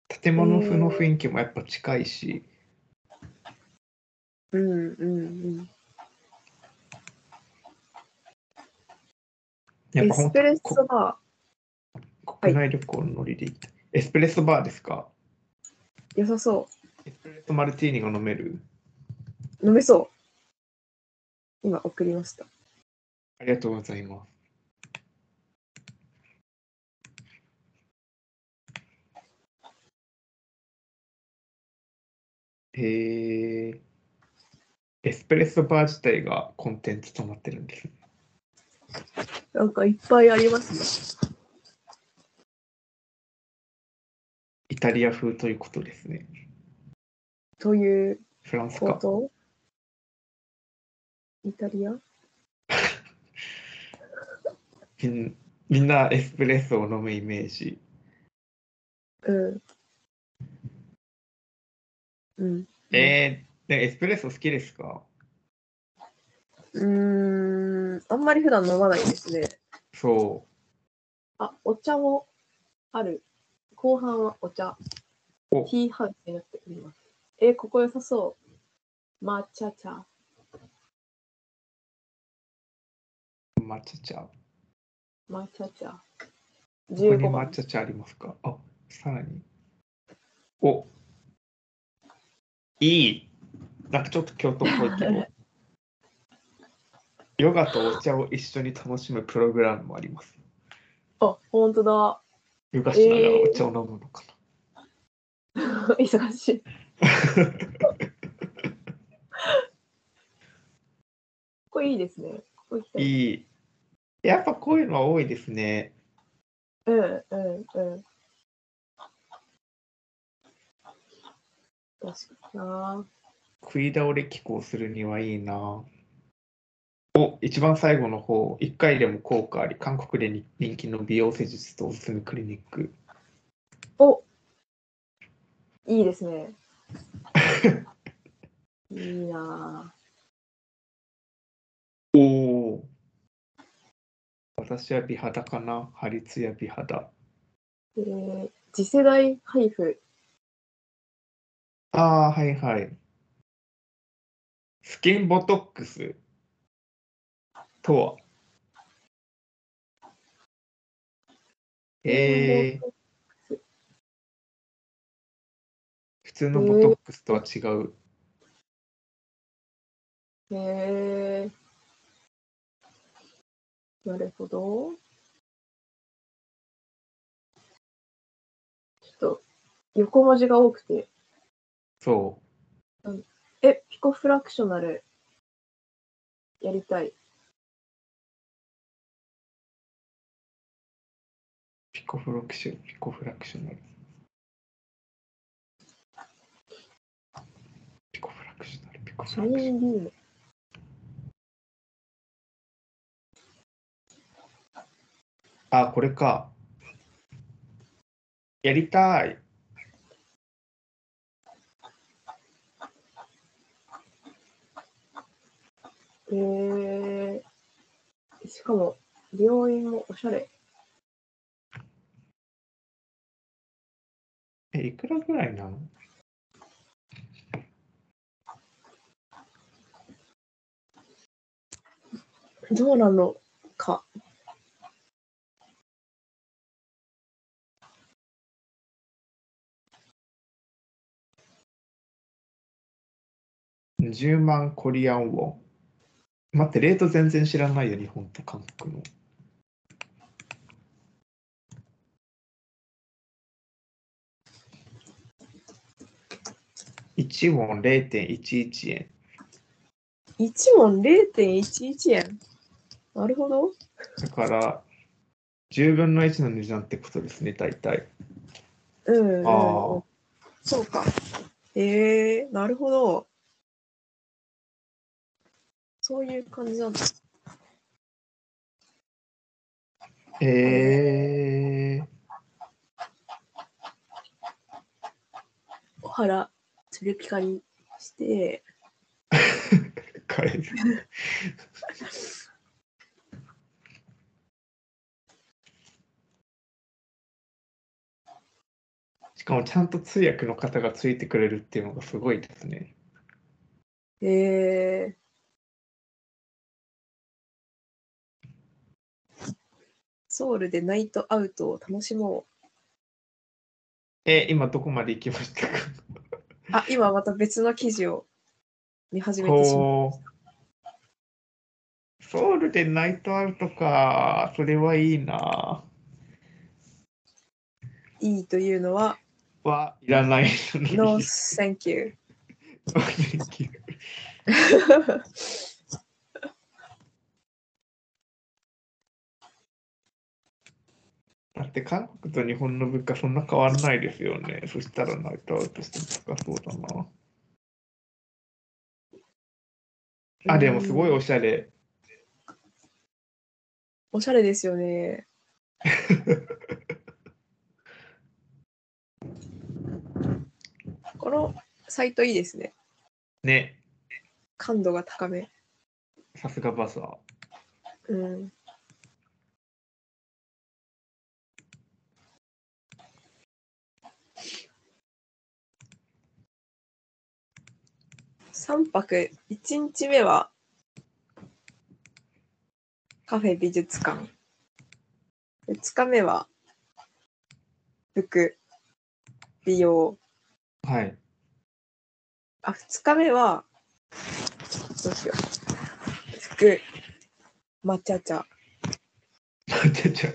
A: 建物風の雰囲気もやっぱ近いし、
B: うんうんう
A: やっ
B: ん。エ
A: ぱほ
B: ス
A: ん
B: プレッ
A: こ
B: ソバ
A: 国内旅行のノリで行った。エスプレッソバーですか
B: ー、良さそ
A: エスプレッソマルティーニが飲める
B: う。飲めそう。今送りました。
A: ありがとうございます。へえ。エスプレッソバー自体がコンテンツとなってるんですね。
B: なんかいっぱいありますね。
A: イタリア風ということですね。
B: という
A: フランス
B: こ
A: か。
B: とイタリア
A: みんみんなエスプレッソを飲むイメージ。
B: うん。うん。
A: えー、でエスプレッソ好きですか
B: うーん。あんまり普段飲まないですね。
A: そ
B: あ、お茶もある。後半はお茶。テ
A: お
B: ィーハウスになっております。えーここ良さそう。抹茶茶。
A: う。抹茶茶。こ
B: 抹茶茶。
A: こに
B: 15
A: 抹
B: 番。
A: 茶茶ありますかあ、さらに。おいい。なんかちょっと京都っぽいけど。ヨガとお茶を一緒に楽しむプログラムもあります。
B: あ、ほんとだ。
A: ヨガしながらお茶を飲むのかな。
B: 忙しい。これいいですね。ここ行きたい。
A: いい。やっぱこういうのは多いですね。
B: うんうんうん。確かにな。
A: 食い倒れ気候するにはいいな。お、一番最後の方、1回でも効果あり、韓国でに人気の美容施術とおすすめクリニック。
B: おいいです ね。いいなぁ。
A: おお。私は美肌かな。ハリツや美肌。
B: えー次世代配布。
A: ああ、はいはい。スキンボトックスとはえー、普通のボトックスとは違う。
B: えーなるほど。ちょっと、横文字が多くて、
A: そ
B: え、ピコフラクショナル、やりたい。
A: う。ピコフラクション、ピコフラクショナル。ピコフラクショナル、ピコ
B: シ
A: フ
B: ャ
A: ラクシ
B: イ
A: ョナル。
B: ンビーム。
A: あ、これか。やりたい。
B: えー、しかも、病院もおしゃれ。
A: え、いくらぐらいなの
B: どうなのか。
A: 10万コリアンウォン。待って、レート全然知らないよ、日本と韓国の。1ウォン0.11円。
B: 1問0.11円。なるほど。
A: だから、10分の1の値段ってことですね、大体。
B: うんうんうん、
A: ああ
B: そうか。ええー、なるほど。そういう感じなんだ。
A: えー、
B: お腹つるピカにして、
A: 帰る。 しかもちゃんと通訳の方がついてくれるっていうのがすごいですね。
B: ええソウルでナイトアウトを楽しも
A: え、今どこまで行きましたか
B: う。あ、今また別の記事を見始めてしまう。
A: ほうソウルでナイトアウトか。それはいいな。
B: いいというのは、
A: はいらないのに。
B: ノース、センキュ
A: Thank you
B: ー。
A: だって韓国と日本の物価そんな変わらないですよね。そしたらナイトアウトしても高そうだな。あ、でもすごいおしゃれ。
B: おしゃれですよね。このサイトいいですね。
A: ね、
B: 感度が高め。
A: さすがバザー。
B: うん。3泊1日目はカフェ美術館2日目は服美容
A: はい。
B: あ、二日目は、どうしよう。服、抹茶茶。
A: マルチェチャ、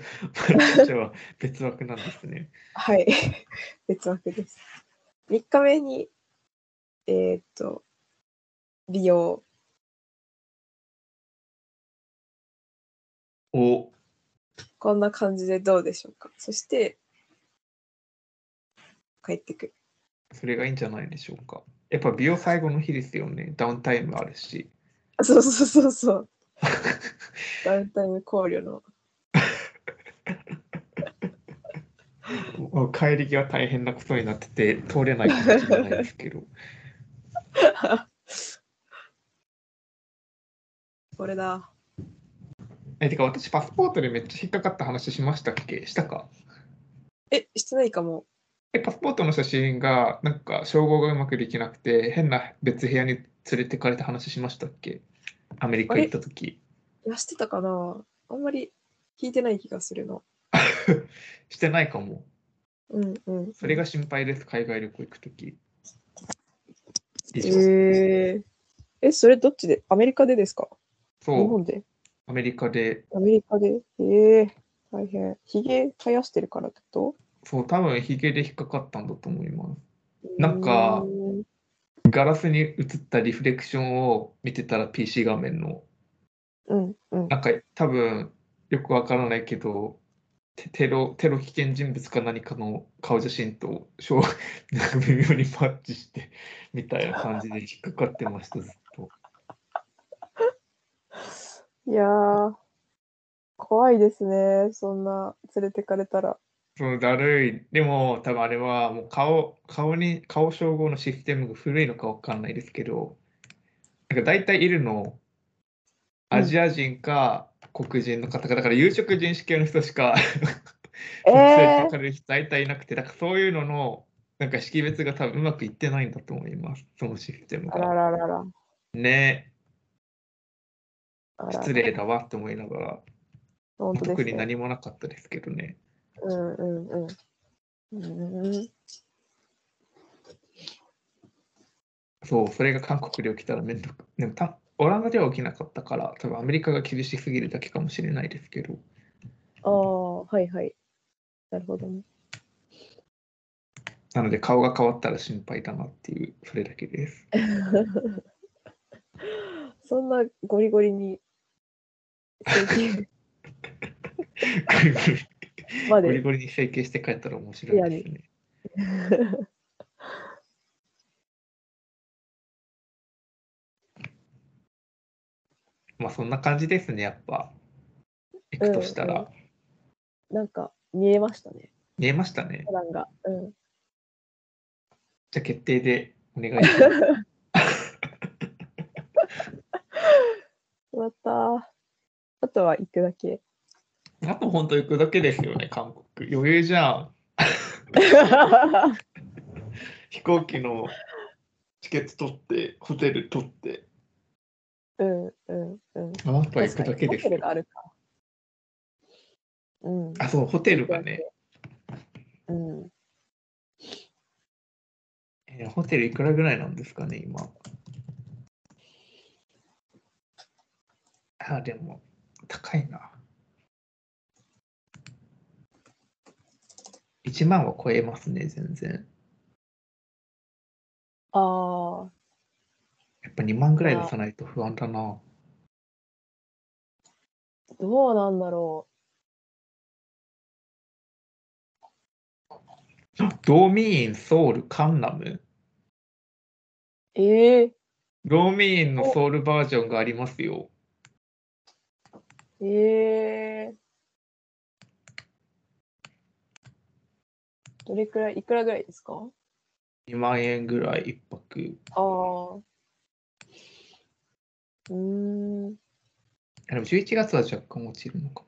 A: マルチェチャは別枠なんですね。
B: はい。 別枠です。三日目に、えーっと、美容。
A: お、
B: こんな感じでどうでしょうか。そして、帰ってくる。
A: それがいいんじゃないでしょうか。やっぱ美容最後の日ですよね。ダウンタイムあるし。
B: あそうそうそうそう。ダウンタイム考慮の。
A: もう帰り際大変なことになってて、通れないかもしれないですけど。
B: これだ。
A: え、てか私パスポートでめっちゃ引っかかった話しましたっけしたか
B: え、してないかも。
A: え、パスポートの写真が、なんか、照合がうまくできなくて、変な別部屋に連れてかれた話しましたっけアメリカ行った時。
B: いや、してたかなあんまり聞いてない気がするの。
A: してないかも。
B: うんうん。
A: それが心配です、海外旅行行く時。以上。
B: えええ、それどっちでアメリカでですか日
A: そう、
B: 本で
A: アメリカで、
B: アメリカで。ええ大変。ひげ生やしてるからってこ
A: そう、多分ヒゲで引っかかったんだと思います。
B: と
A: なんか
B: うーん
A: ガラスに映ったリフレクションを見てたら PC 画面の、
B: うん、うん。
A: なんか多分よくわからないけど、テテロテロ危険人物か何かの顔写真としょうなんか微妙にマッチしてみたいな感じで引っかかってました、ずっと。
B: いやー、怖いですね。そんな、連れてかれたら。
A: そうだるい。でも、多分あれはもう顔、顔に、顔照合のシステムが古いのかわかんないですけど、なんか大体いるの、
B: うん
A: アジア人か黒人の方々だから、有色人種系の人しか、
B: え
A: 特性
B: え
A: とかれる人大体いなくて、だからそういうのの、なんか識別が多分うまくいってないんだと思います、そのシステム
B: あら
A: が。
B: ららら。
A: ね
B: あら
A: え、失礼だわって思いながら、
B: 本当で
A: 特
B: す
A: に
B: ね。
A: 何もなかったですけどね。
B: うんうんうん。うーん、
A: そう、それが韓国で起きたらめんどく。でもた、オランダでは起きなかったから、多分アメリカが厳しすぎるだけかもしれないですけど、
B: ああ、はいはい。なるほどね。
A: なので顔が変わったら心配だなっていう、それだけ です。
B: そんなゴリゴリに整形
A: ゴリゴリ
B: ま
A: ゴリ
B: で。
A: ゴリに整形して帰ったら面白いですね。 まあそんな感じですね、やっぱ。行くとしたら。
B: うんうなんか見えましたね。
A: 見えましたね。
B: 花壇が。うん。
A: じゃあ決定でお願いし ます。
B: 終わった。あとは行くだけ。
A: あと本当行くだけですよね、韓国。余裕じゃん。飛行機のチケット取って、ホテル取って、
B: うんうんうん。
A: あとは行くだけ
B: ホ
A: です
B: テ
A: よ
B: ル。があるか。うん。
A: あ、そう、ホテルがね、
B: うん。
A: えーホテルいくらぐらいなんですかね、今。あ、でも、高いな。1万は超えますね、全然。
B: ああ、
A: やっぱ2万ぐらい出さないと不安だな。
B: どうなんだろ
A: ドーミーイン、ソウル、カンナム。
B: う。ええ
A: ドーミーインのソウルバージョンがありますよ。
B: ええどれくらい、いくらぐらいですか
A: 2万円ぐらい1泊。
B: ああ。うーん。う
A: あでも11月は若干落ちるのか。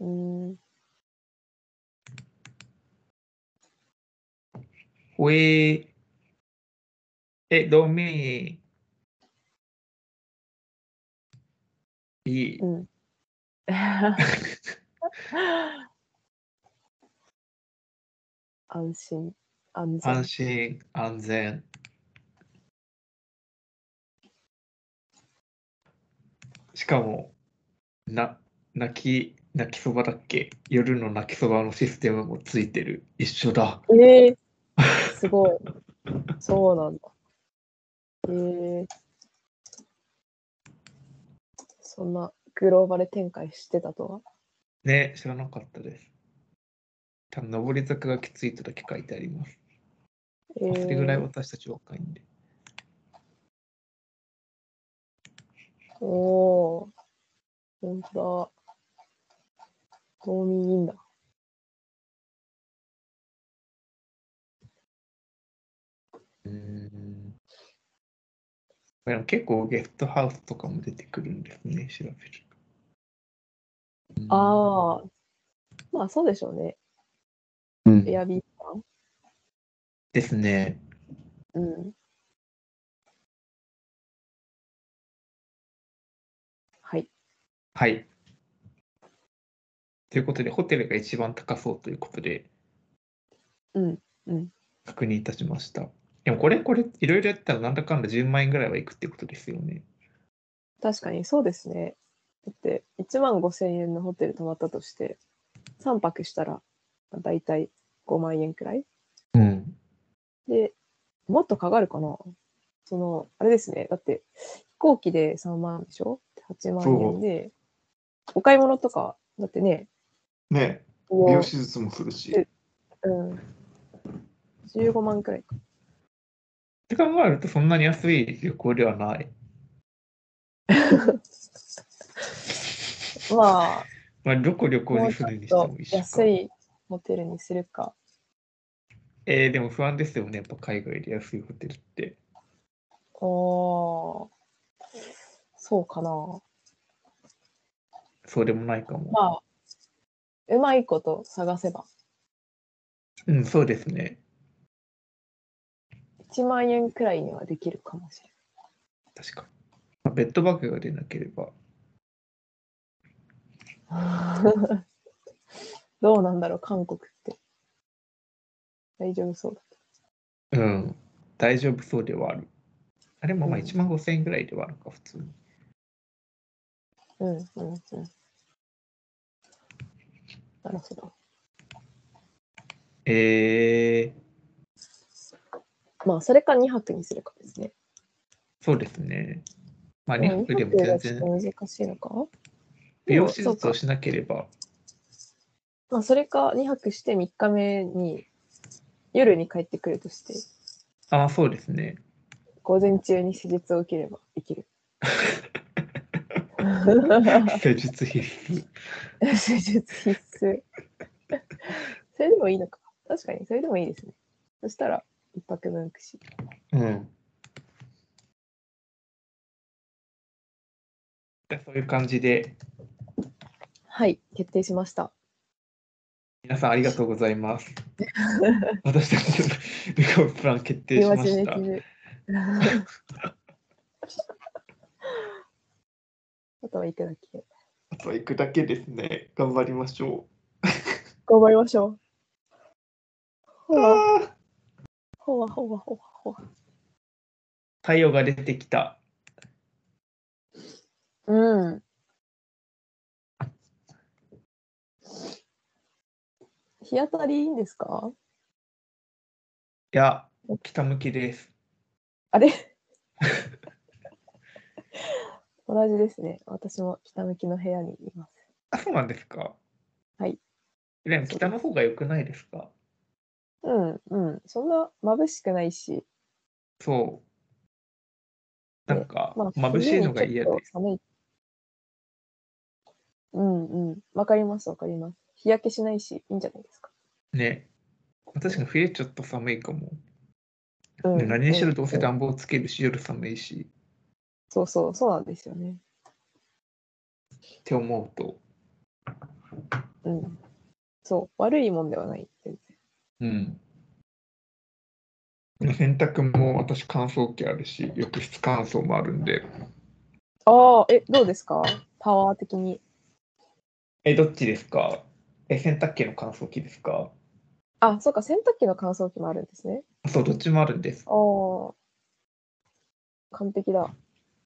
B: ーん。
A: ほえー。え、ドーミーイン。いい。
B: うん。 安心、安全。
A: 安心、安全。しかも、な、泣き、泣きそばだっけ夜の泣きそばのシステムもついてる。一緒だ。
B: ええすごい。そうなんだ。ええそんなグローバル展開してたとは。
A: ね、知らなかったです。多分、上り坂がきついとだけ書いてあります。
B: え
A: まあ
B: え
A: それぐらい私たち若いんで。
B: おおー。本当だ。冬眠いいんだ。
A: うーん。でも結構ゲストハウスとかも出てくるんですね、調べると。
B: ああ。まあそうでしょうね。
A: あ、うん
B: エアビー
A: ですね。
B: うん。はい。
A: はい。ということで、ホテルが一番高そうということで、
B: うん。うん。
A: 確認いたしました。でもこれ、これ、いろいろやったら、なんだかんだ10万円ぐらいはいくってことですよね。
B: 確かにそうですね。って、1万5千円のホテル泊まったとして、3泊したら、だいたい5万円くらい
A: うん。
B: で、もっとかかるかなその、あれですね。だって、飛行機で3万でしょ ?8 万円で、お買い物とか、だってね、
A: ね
B: こう
A: 美容手術もするし。
B: え
A: っ
B: うん。15万くらいか。
A: て考えると、そんなに安い旅行ではない。
B: まあ、
A: まあ、どこ旅行
B: も
A: に
B: うち
A: す
B: ょ
A: るにし
B: っ
A: て
B: と
A: も一緒か
B: 安。いホテルにするか。
A: えー、でも不安ですよね。やっぱ海外で安いホテルって。
B: おーそうかな。
A: そうでもないかも。
B: まあ、うまいこと探せば。
A: うん、そうですね。
B: 1万円くらいにはできるかもしれない。
A: 確かに。まあ、ベッドバッグが出なければ。
B: どうなんだろう、韓国って。大丈夫そうだ。
A: うん。大丈夫そうではある。あれもまあ
B: うん
A: 1万5000円ぐらいではあるか、普通に。
B: うん、うん、うん。なるほど。
A: えー、
B: まあ、それか2泊にするかですね。
A: そうですね。まあ、
B: で
A: 2
B: も
A: 泊
B: 2
A: で
B: 泊
A: も全
B: がち
A: 然
B: ょっと難しいのか
A: 美容手
B: そう
A: 術
B: か
A: をしなければ。
B: まあ、それか2泊して3日目に夜に帰ってくるとして、
A: ああ、そうです ね。
B: 午前中に施術を受ければできる。
A: 施術必須。
B: 施術必須。それでもいいのか。確かに、それでもいいですね。そしたら、一泊分浮くし。
A: うん。じゃあそういう感じで、
B: はい、決定しました。
A: 皆さんありがとうございます。私たちの旅行プラン決定し
B: 今
A: ま
B: 中
A: し
B: に
A: た。
B: る。 あとは行くだけ。
A: あと行くだけですね。頑張りましょ
B: 頑張りましょう。ほ
A: う。あ
B: わ、
A: ー
B: ほわ、ほわ、ほわ、ほわ。
A: 太陽が出てきた。
B: うん。日当たりいいんですか
A: いや、北向きです。
B: あれ同じですね。私も北向きの部屋にいます。
A: あ、そうなんですか。
B: はい。
A: でも北の方が良くないですか
B: うんうん。そんな眩しくないし、
A: そう。なんか、
B: まあ、
A: 眩しいのが嫌で
B: 冬にちょっと寒い。うんうん。わかりますわかります。日焼けしないし、いいんじゃないですか。
A: すね。確かに冬ちょっと寒いかも。
B: う
A: ね
B: ん、
A: 何にしろどうせ
B: ん
A: 暖房つけるし、夜寒いし、
B: そうそう、そうなんですよね。
A: って思うと。
B: うん。そう、悪いもんではない。全然
A: うん。洗濯も私乾燥機あるし、浴室乾燥もあるんで。
B: ああ、え、どうですかパワー的に。
A: え、どっちですかえ、洗濯機の乾燥機ですか
B: あ、そうか、洗濯機の乾燥機もあるんですね。
A: そう、どっちもあるんです。
B: ああ。完璧だ。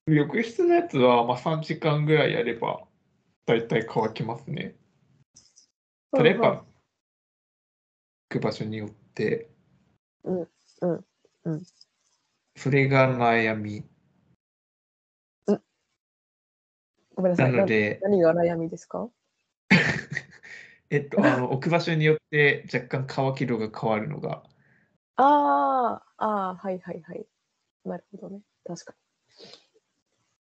A: 浴室のやつは、まあ、3時間ぐらいやれば、だいたい乾きますね。ただやっぱ、行く場所によって、
B: うんうんうん
A: それが悩み。
B: ごめんなさ。
A: ないので、
B: 何が悩みですか
A: えっと、あの置く場所によって若干乾き度が変わるのが、
B: ああ、ああ、はいはいはい。なるほどね。確かに。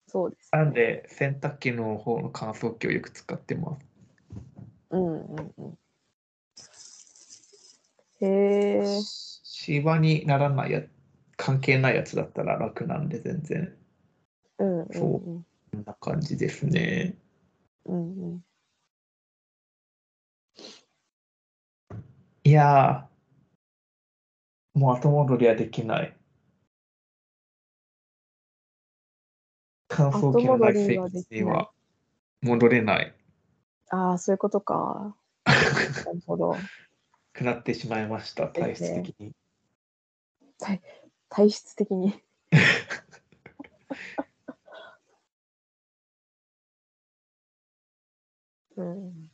B: そうです、
A: なんで洗濯機の方の乾燥機をよく使ってます。
B: うんうんうん。へえ、
A: シワにならないや関係ないやつだったら楽なんで全然
B: うんうん
A: そう
B: うん。
A: こんな感じですね。
B: うんうん、
A: いやー、もう後戻りはできない。乾燥機のない生活には戻れない。
B: ああ、そういうことか。なるほど。
A: くなってしまいました、体質的に。
B: 体質的に。うん。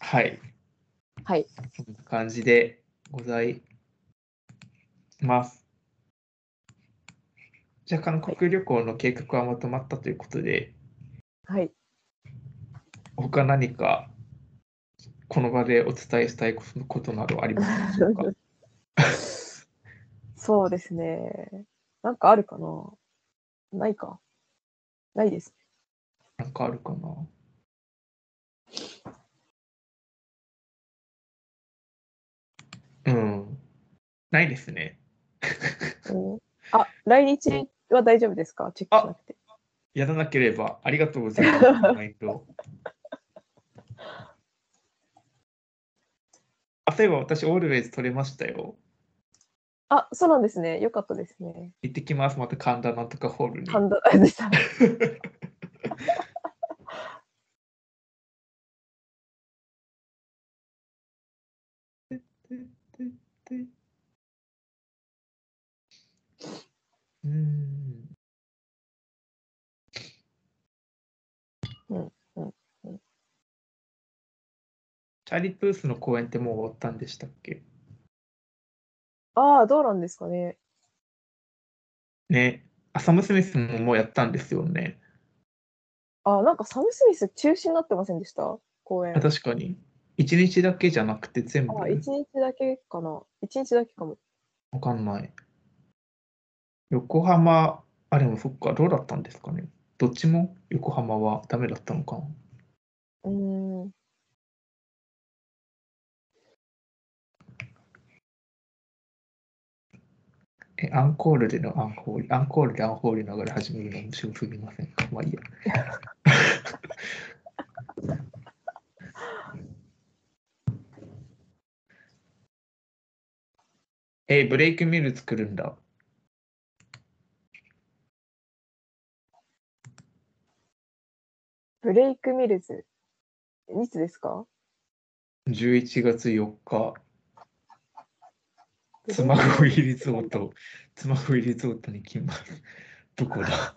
A: はい。
B: はい。
A: そんな感じでございます。じゃあ、韓国旅行の計画はまとまったということで、
B: はい。
A: 他何かこの場でお伝えしたいことことなどあり ますでしょうか
B: そうですね。なんかあるかなないか。ないです。
A: なんかあるかなうん。ないですね。
B: うん、あ、来日は大丈夫ですかチェックしなくて。
A: やらなければありがとうございます。毎度あ、例えば私、オールウェイズ取れましたよ。
B: あ、そうなんですね。よかったですね。
A: 行ってきます。また神田なんとかホールに。
B: ハンド、あでした。
A: うーん。
B: うんうんうん
A: チャーリープースの公演ってもう終わったんでしたっけ
B: ああ、どうなんですかね。
A: ね。あサム・スミスももうやったんですよね。
B: あ、なんかサム・スミス中止になってませんでした公演。
A: あ確かに。1日だけじゃなくて全部。
B: あ、一日だけかな。一日だけかも。
A: わかんない。横浜、あ、でもそっか、どうだったんですかね。どっちも横浜はダメだったのかな。
B: うーん。
A: え、アンコールでのアンホール、アンコールでアンホール流れ始めるの面白すぎませんか。まあいいや。 え、ブレイクミル作るんだ。
B: ブレイク・ミルズ。いつですか
A: 11月4日、妻恋リゾート、妻恋リゾートに来ます。どこだ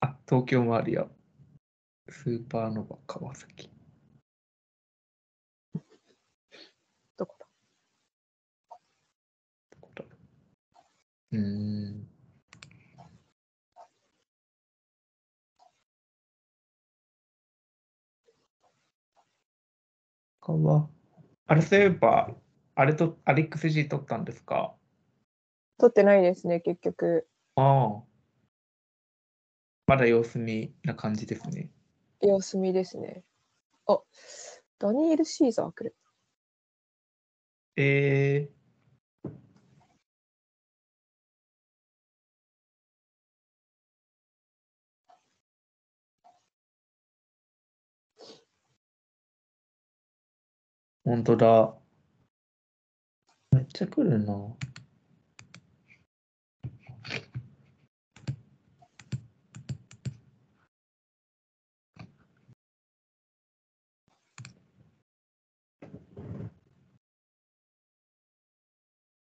A: あ、東京もあるよ。スーパーノバ川崎。
B: どこだ
A: どこだうーん。他は、あれそういえば、あれと、アレックス G 取ったんですか
B: 撮ってないですね、結局。
A: ああ。まだ様子見な感じですね。
B: 様子見ですね。あ、ダニエル・シーザー来る。
A: えー。本当だ。めっちゃ来るな。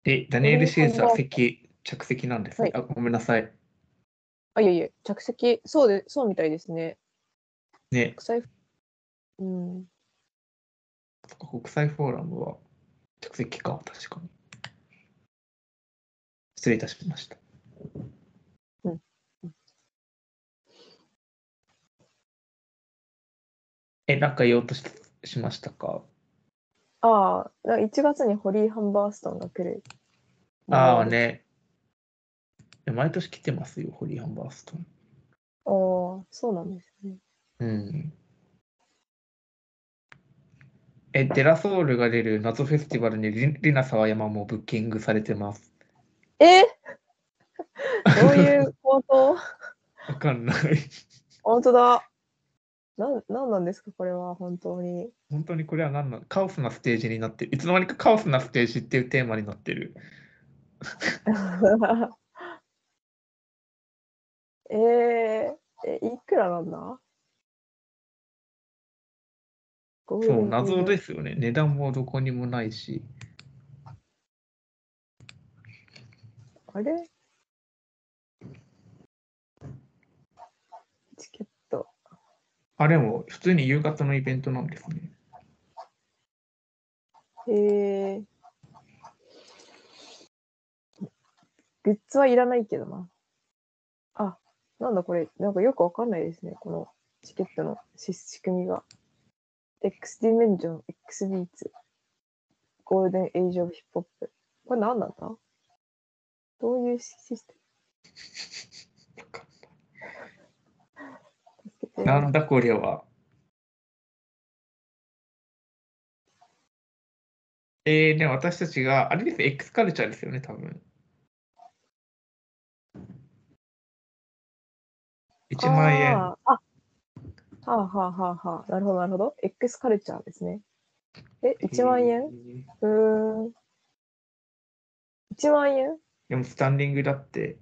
A: え、ダニエル・シーザー席着席なんですね。あ、ごめんなさい。
B: あ、いえいえ、着席、そうで、そうみたいですね。
A: ね、
B: 国際、うん。
A: 国際フォーラムは着席か、確かに。失礼いたしました。
B: うんうん
A: え、なんか言おうとししましたか
B: ああ、な1月にホリー・ハンバーストンが来る。
A: ああ。ね。いや毎年来てますよ、ホリー・ハンバーストン。
B: ああ、そうなんですね。
A: うん。え、デラソウルが出る謎フェスティバルにリリナ沢山もブッキングされてます。
B: え どういう構造
A: わかんない。
B: 本当だ。なん、なんなんですか、これは、本当に。
A: 本当にこれは何なのカオスなステージになってる。いつの間にかカオスなステージっていうテーマになってる。
B: えー、え、いくらなんだ。
A: そう、謎ですすよね。値段もどこにもないし。
B: あれチケット。
A: あれも普通に夕方のイベントなんですね。
B: えー、グッズはいらないけどな。あ、なんだこれ、なんかよくわかんないですね、このチケットのし仕組みが。X ディメンジョン、X ビーツ、ゴールデンエイジオブヒップホップ。これ何なんだどういうシステム助けて
A: なんだこりゃは。えー、でも私たちが、あれですよ、X カルチャーですよね、多分。1万円。
B: あー。あはあはあはあはあ。なるほどなるほど。X カルチャーですね。え、1万円、
A: 円
B: うーん。1万円
A: でも、スタンディングだって、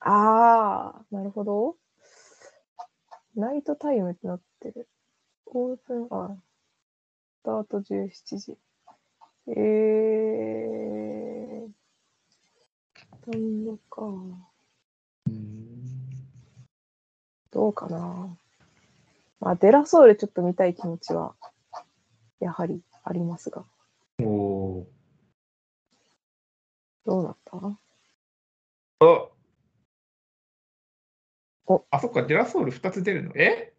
B: ああ、なるほど。ナイトタイムってなってる。オープンアー。スタート17時。えー。なんのか。どうかな。まあ、デラソウルちょっと見たい気持ちは、やはりありますが。
A: おお
B: どうなった
A: ー。
B: お
A: あ、そっか、デラソール2つ出るの。え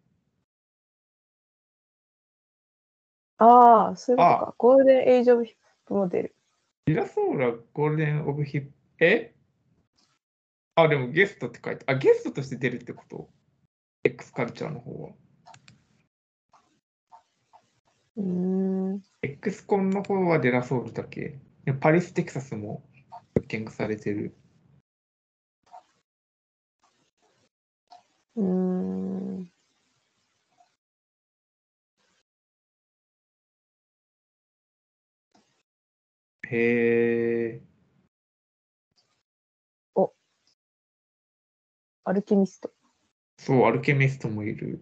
B: ああ、そういうこと
A: あ
B: か。ゴールデンエイジオブヒップモデル。
A: デラソーラゴールデンオブヒップ、えあ、でもゲストって書いて、あ、ゲストとして出るってこと ?X カルチャーの方は。
B: うーん。
A: X コンの方はデラソールだけ。でパリス、テキサスもブッキングされてる。
B: うーん。
A: へえ。
B: アルケミスト。
A: そう、アルケミストもいる。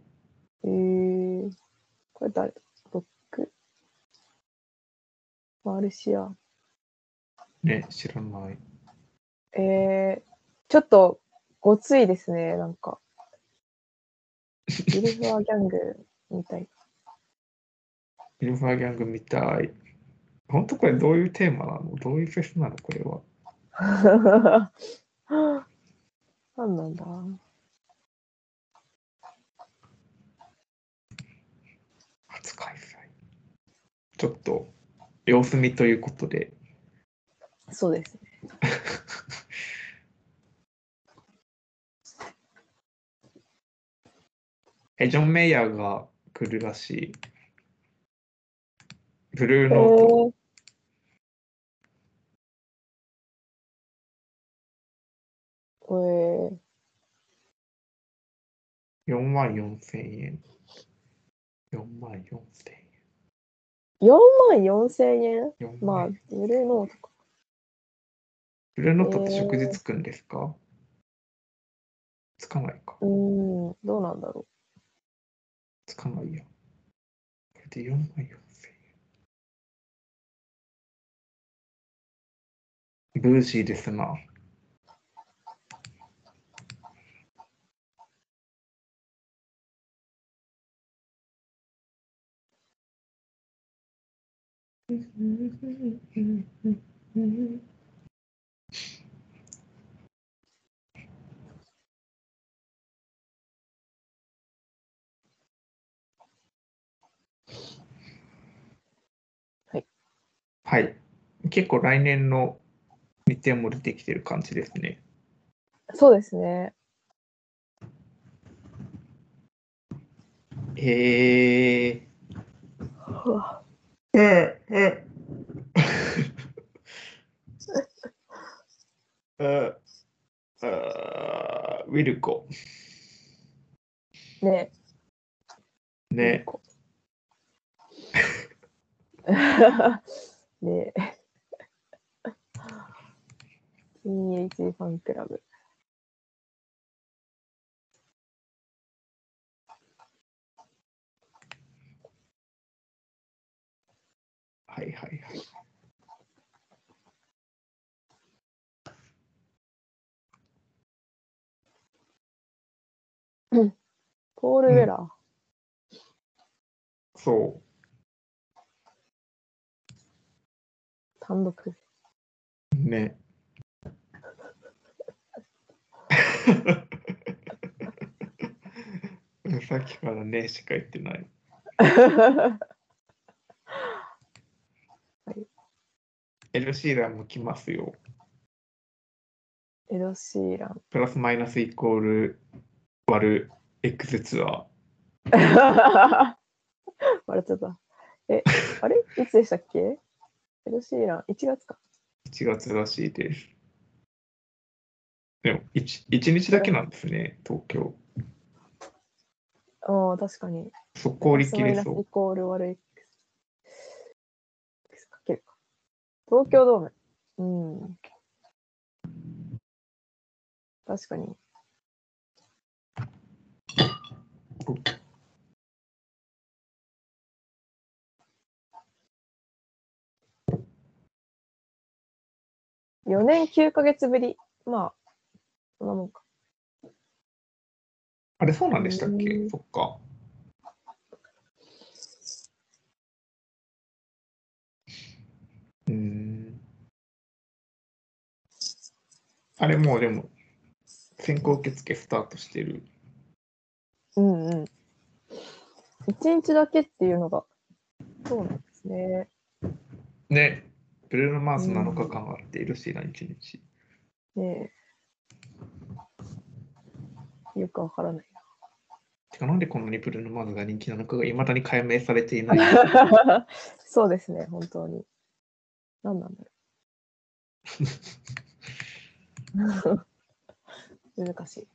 B: えー、これ誰だロックマルシア。
A: ね、知らない。
B: えー、ちょっとごついですね、なんか。ウルフアーギャングみたい。
A: イルファーギャングみたい。本当これどういうテーマなのどういうフェスなのこれは。
B: なんなんだ
A: 初開催。ちょっと様子見ということで。
B: そうですね。
A: え、ジョン・メイヤーが来るらしい。ブル
B: え
A: ーノート。
B: ー、えー、
A: 4万4千円。4万4千
B: 4万4千円
A: 円。4
B: まあ
A: 万円、
B: ブルーノートか。
A: ブルーノートって食事つくんですかつかないか。
B: うーん、どうなんだろ
A: つかないや。これで4万4千円。ブーシーですな。はい。結構来年の日程も出てきてる感じですね。
B: う。そうですね。
A: へえ。
B: うわ
A: え え。えウィルコ。
B: ねえ。
A: ね。。
B: ねえ。THD ファンクラブ。
A: はいはいはい。
B: ポール・ウェラー。
A: そ
B: 単独。
A: う。ね。 さっきからねしか言ってない。エルシーランも来ますよ。
B: エド・シーラン。
A: プラスマイナスイコール割る X ツアー。
B: 笑っちゃった。え、あれいつでしたっけエド・シーラン、1月か。
A: 1月らしいです。でも 1, 1日だけなんですね、東京。
B: ああ、確かに。
A: 速攻売り切
B: プラ
A: れ
B: スマイナスイ
A: そ
B: コール悪い X かけるか。東京ドーム。うん。確かに。4年9ヶ月ぶり。まあ、そんなもんか。
A: う。あれ、そうなんでしたっ
B: う
A: け
B: ん
A: そっか。うーん。あれ、もうでも、先行受付スタートしてる。
B: うんうん。1日だけっていうのが、そうなんですね。
A: ね。ブルーノ・マーズ7日間あって、エルシーラン1日。
B: ねえ。よくわからない。
A: てか、なんでこんなにブルーノ・マーズが人気なのかがいまだに解明されていない。
B: そうですね、本当に。何なんだろう。 難しい。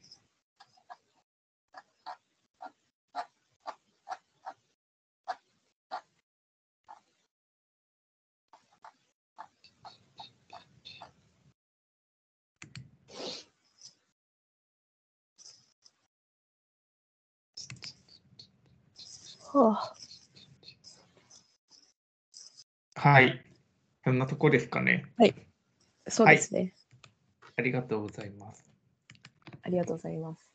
B: はあ、
A: はい。そんなとこですかね。
B: そうですね、
A: ありがとうございます。
B: ありがとうございます。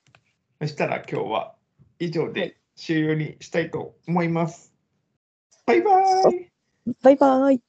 A: そしたら今日は以上
B: は
A: で
B: い
A: 終了にしたいと思います。バイバイ
B: バイバイ。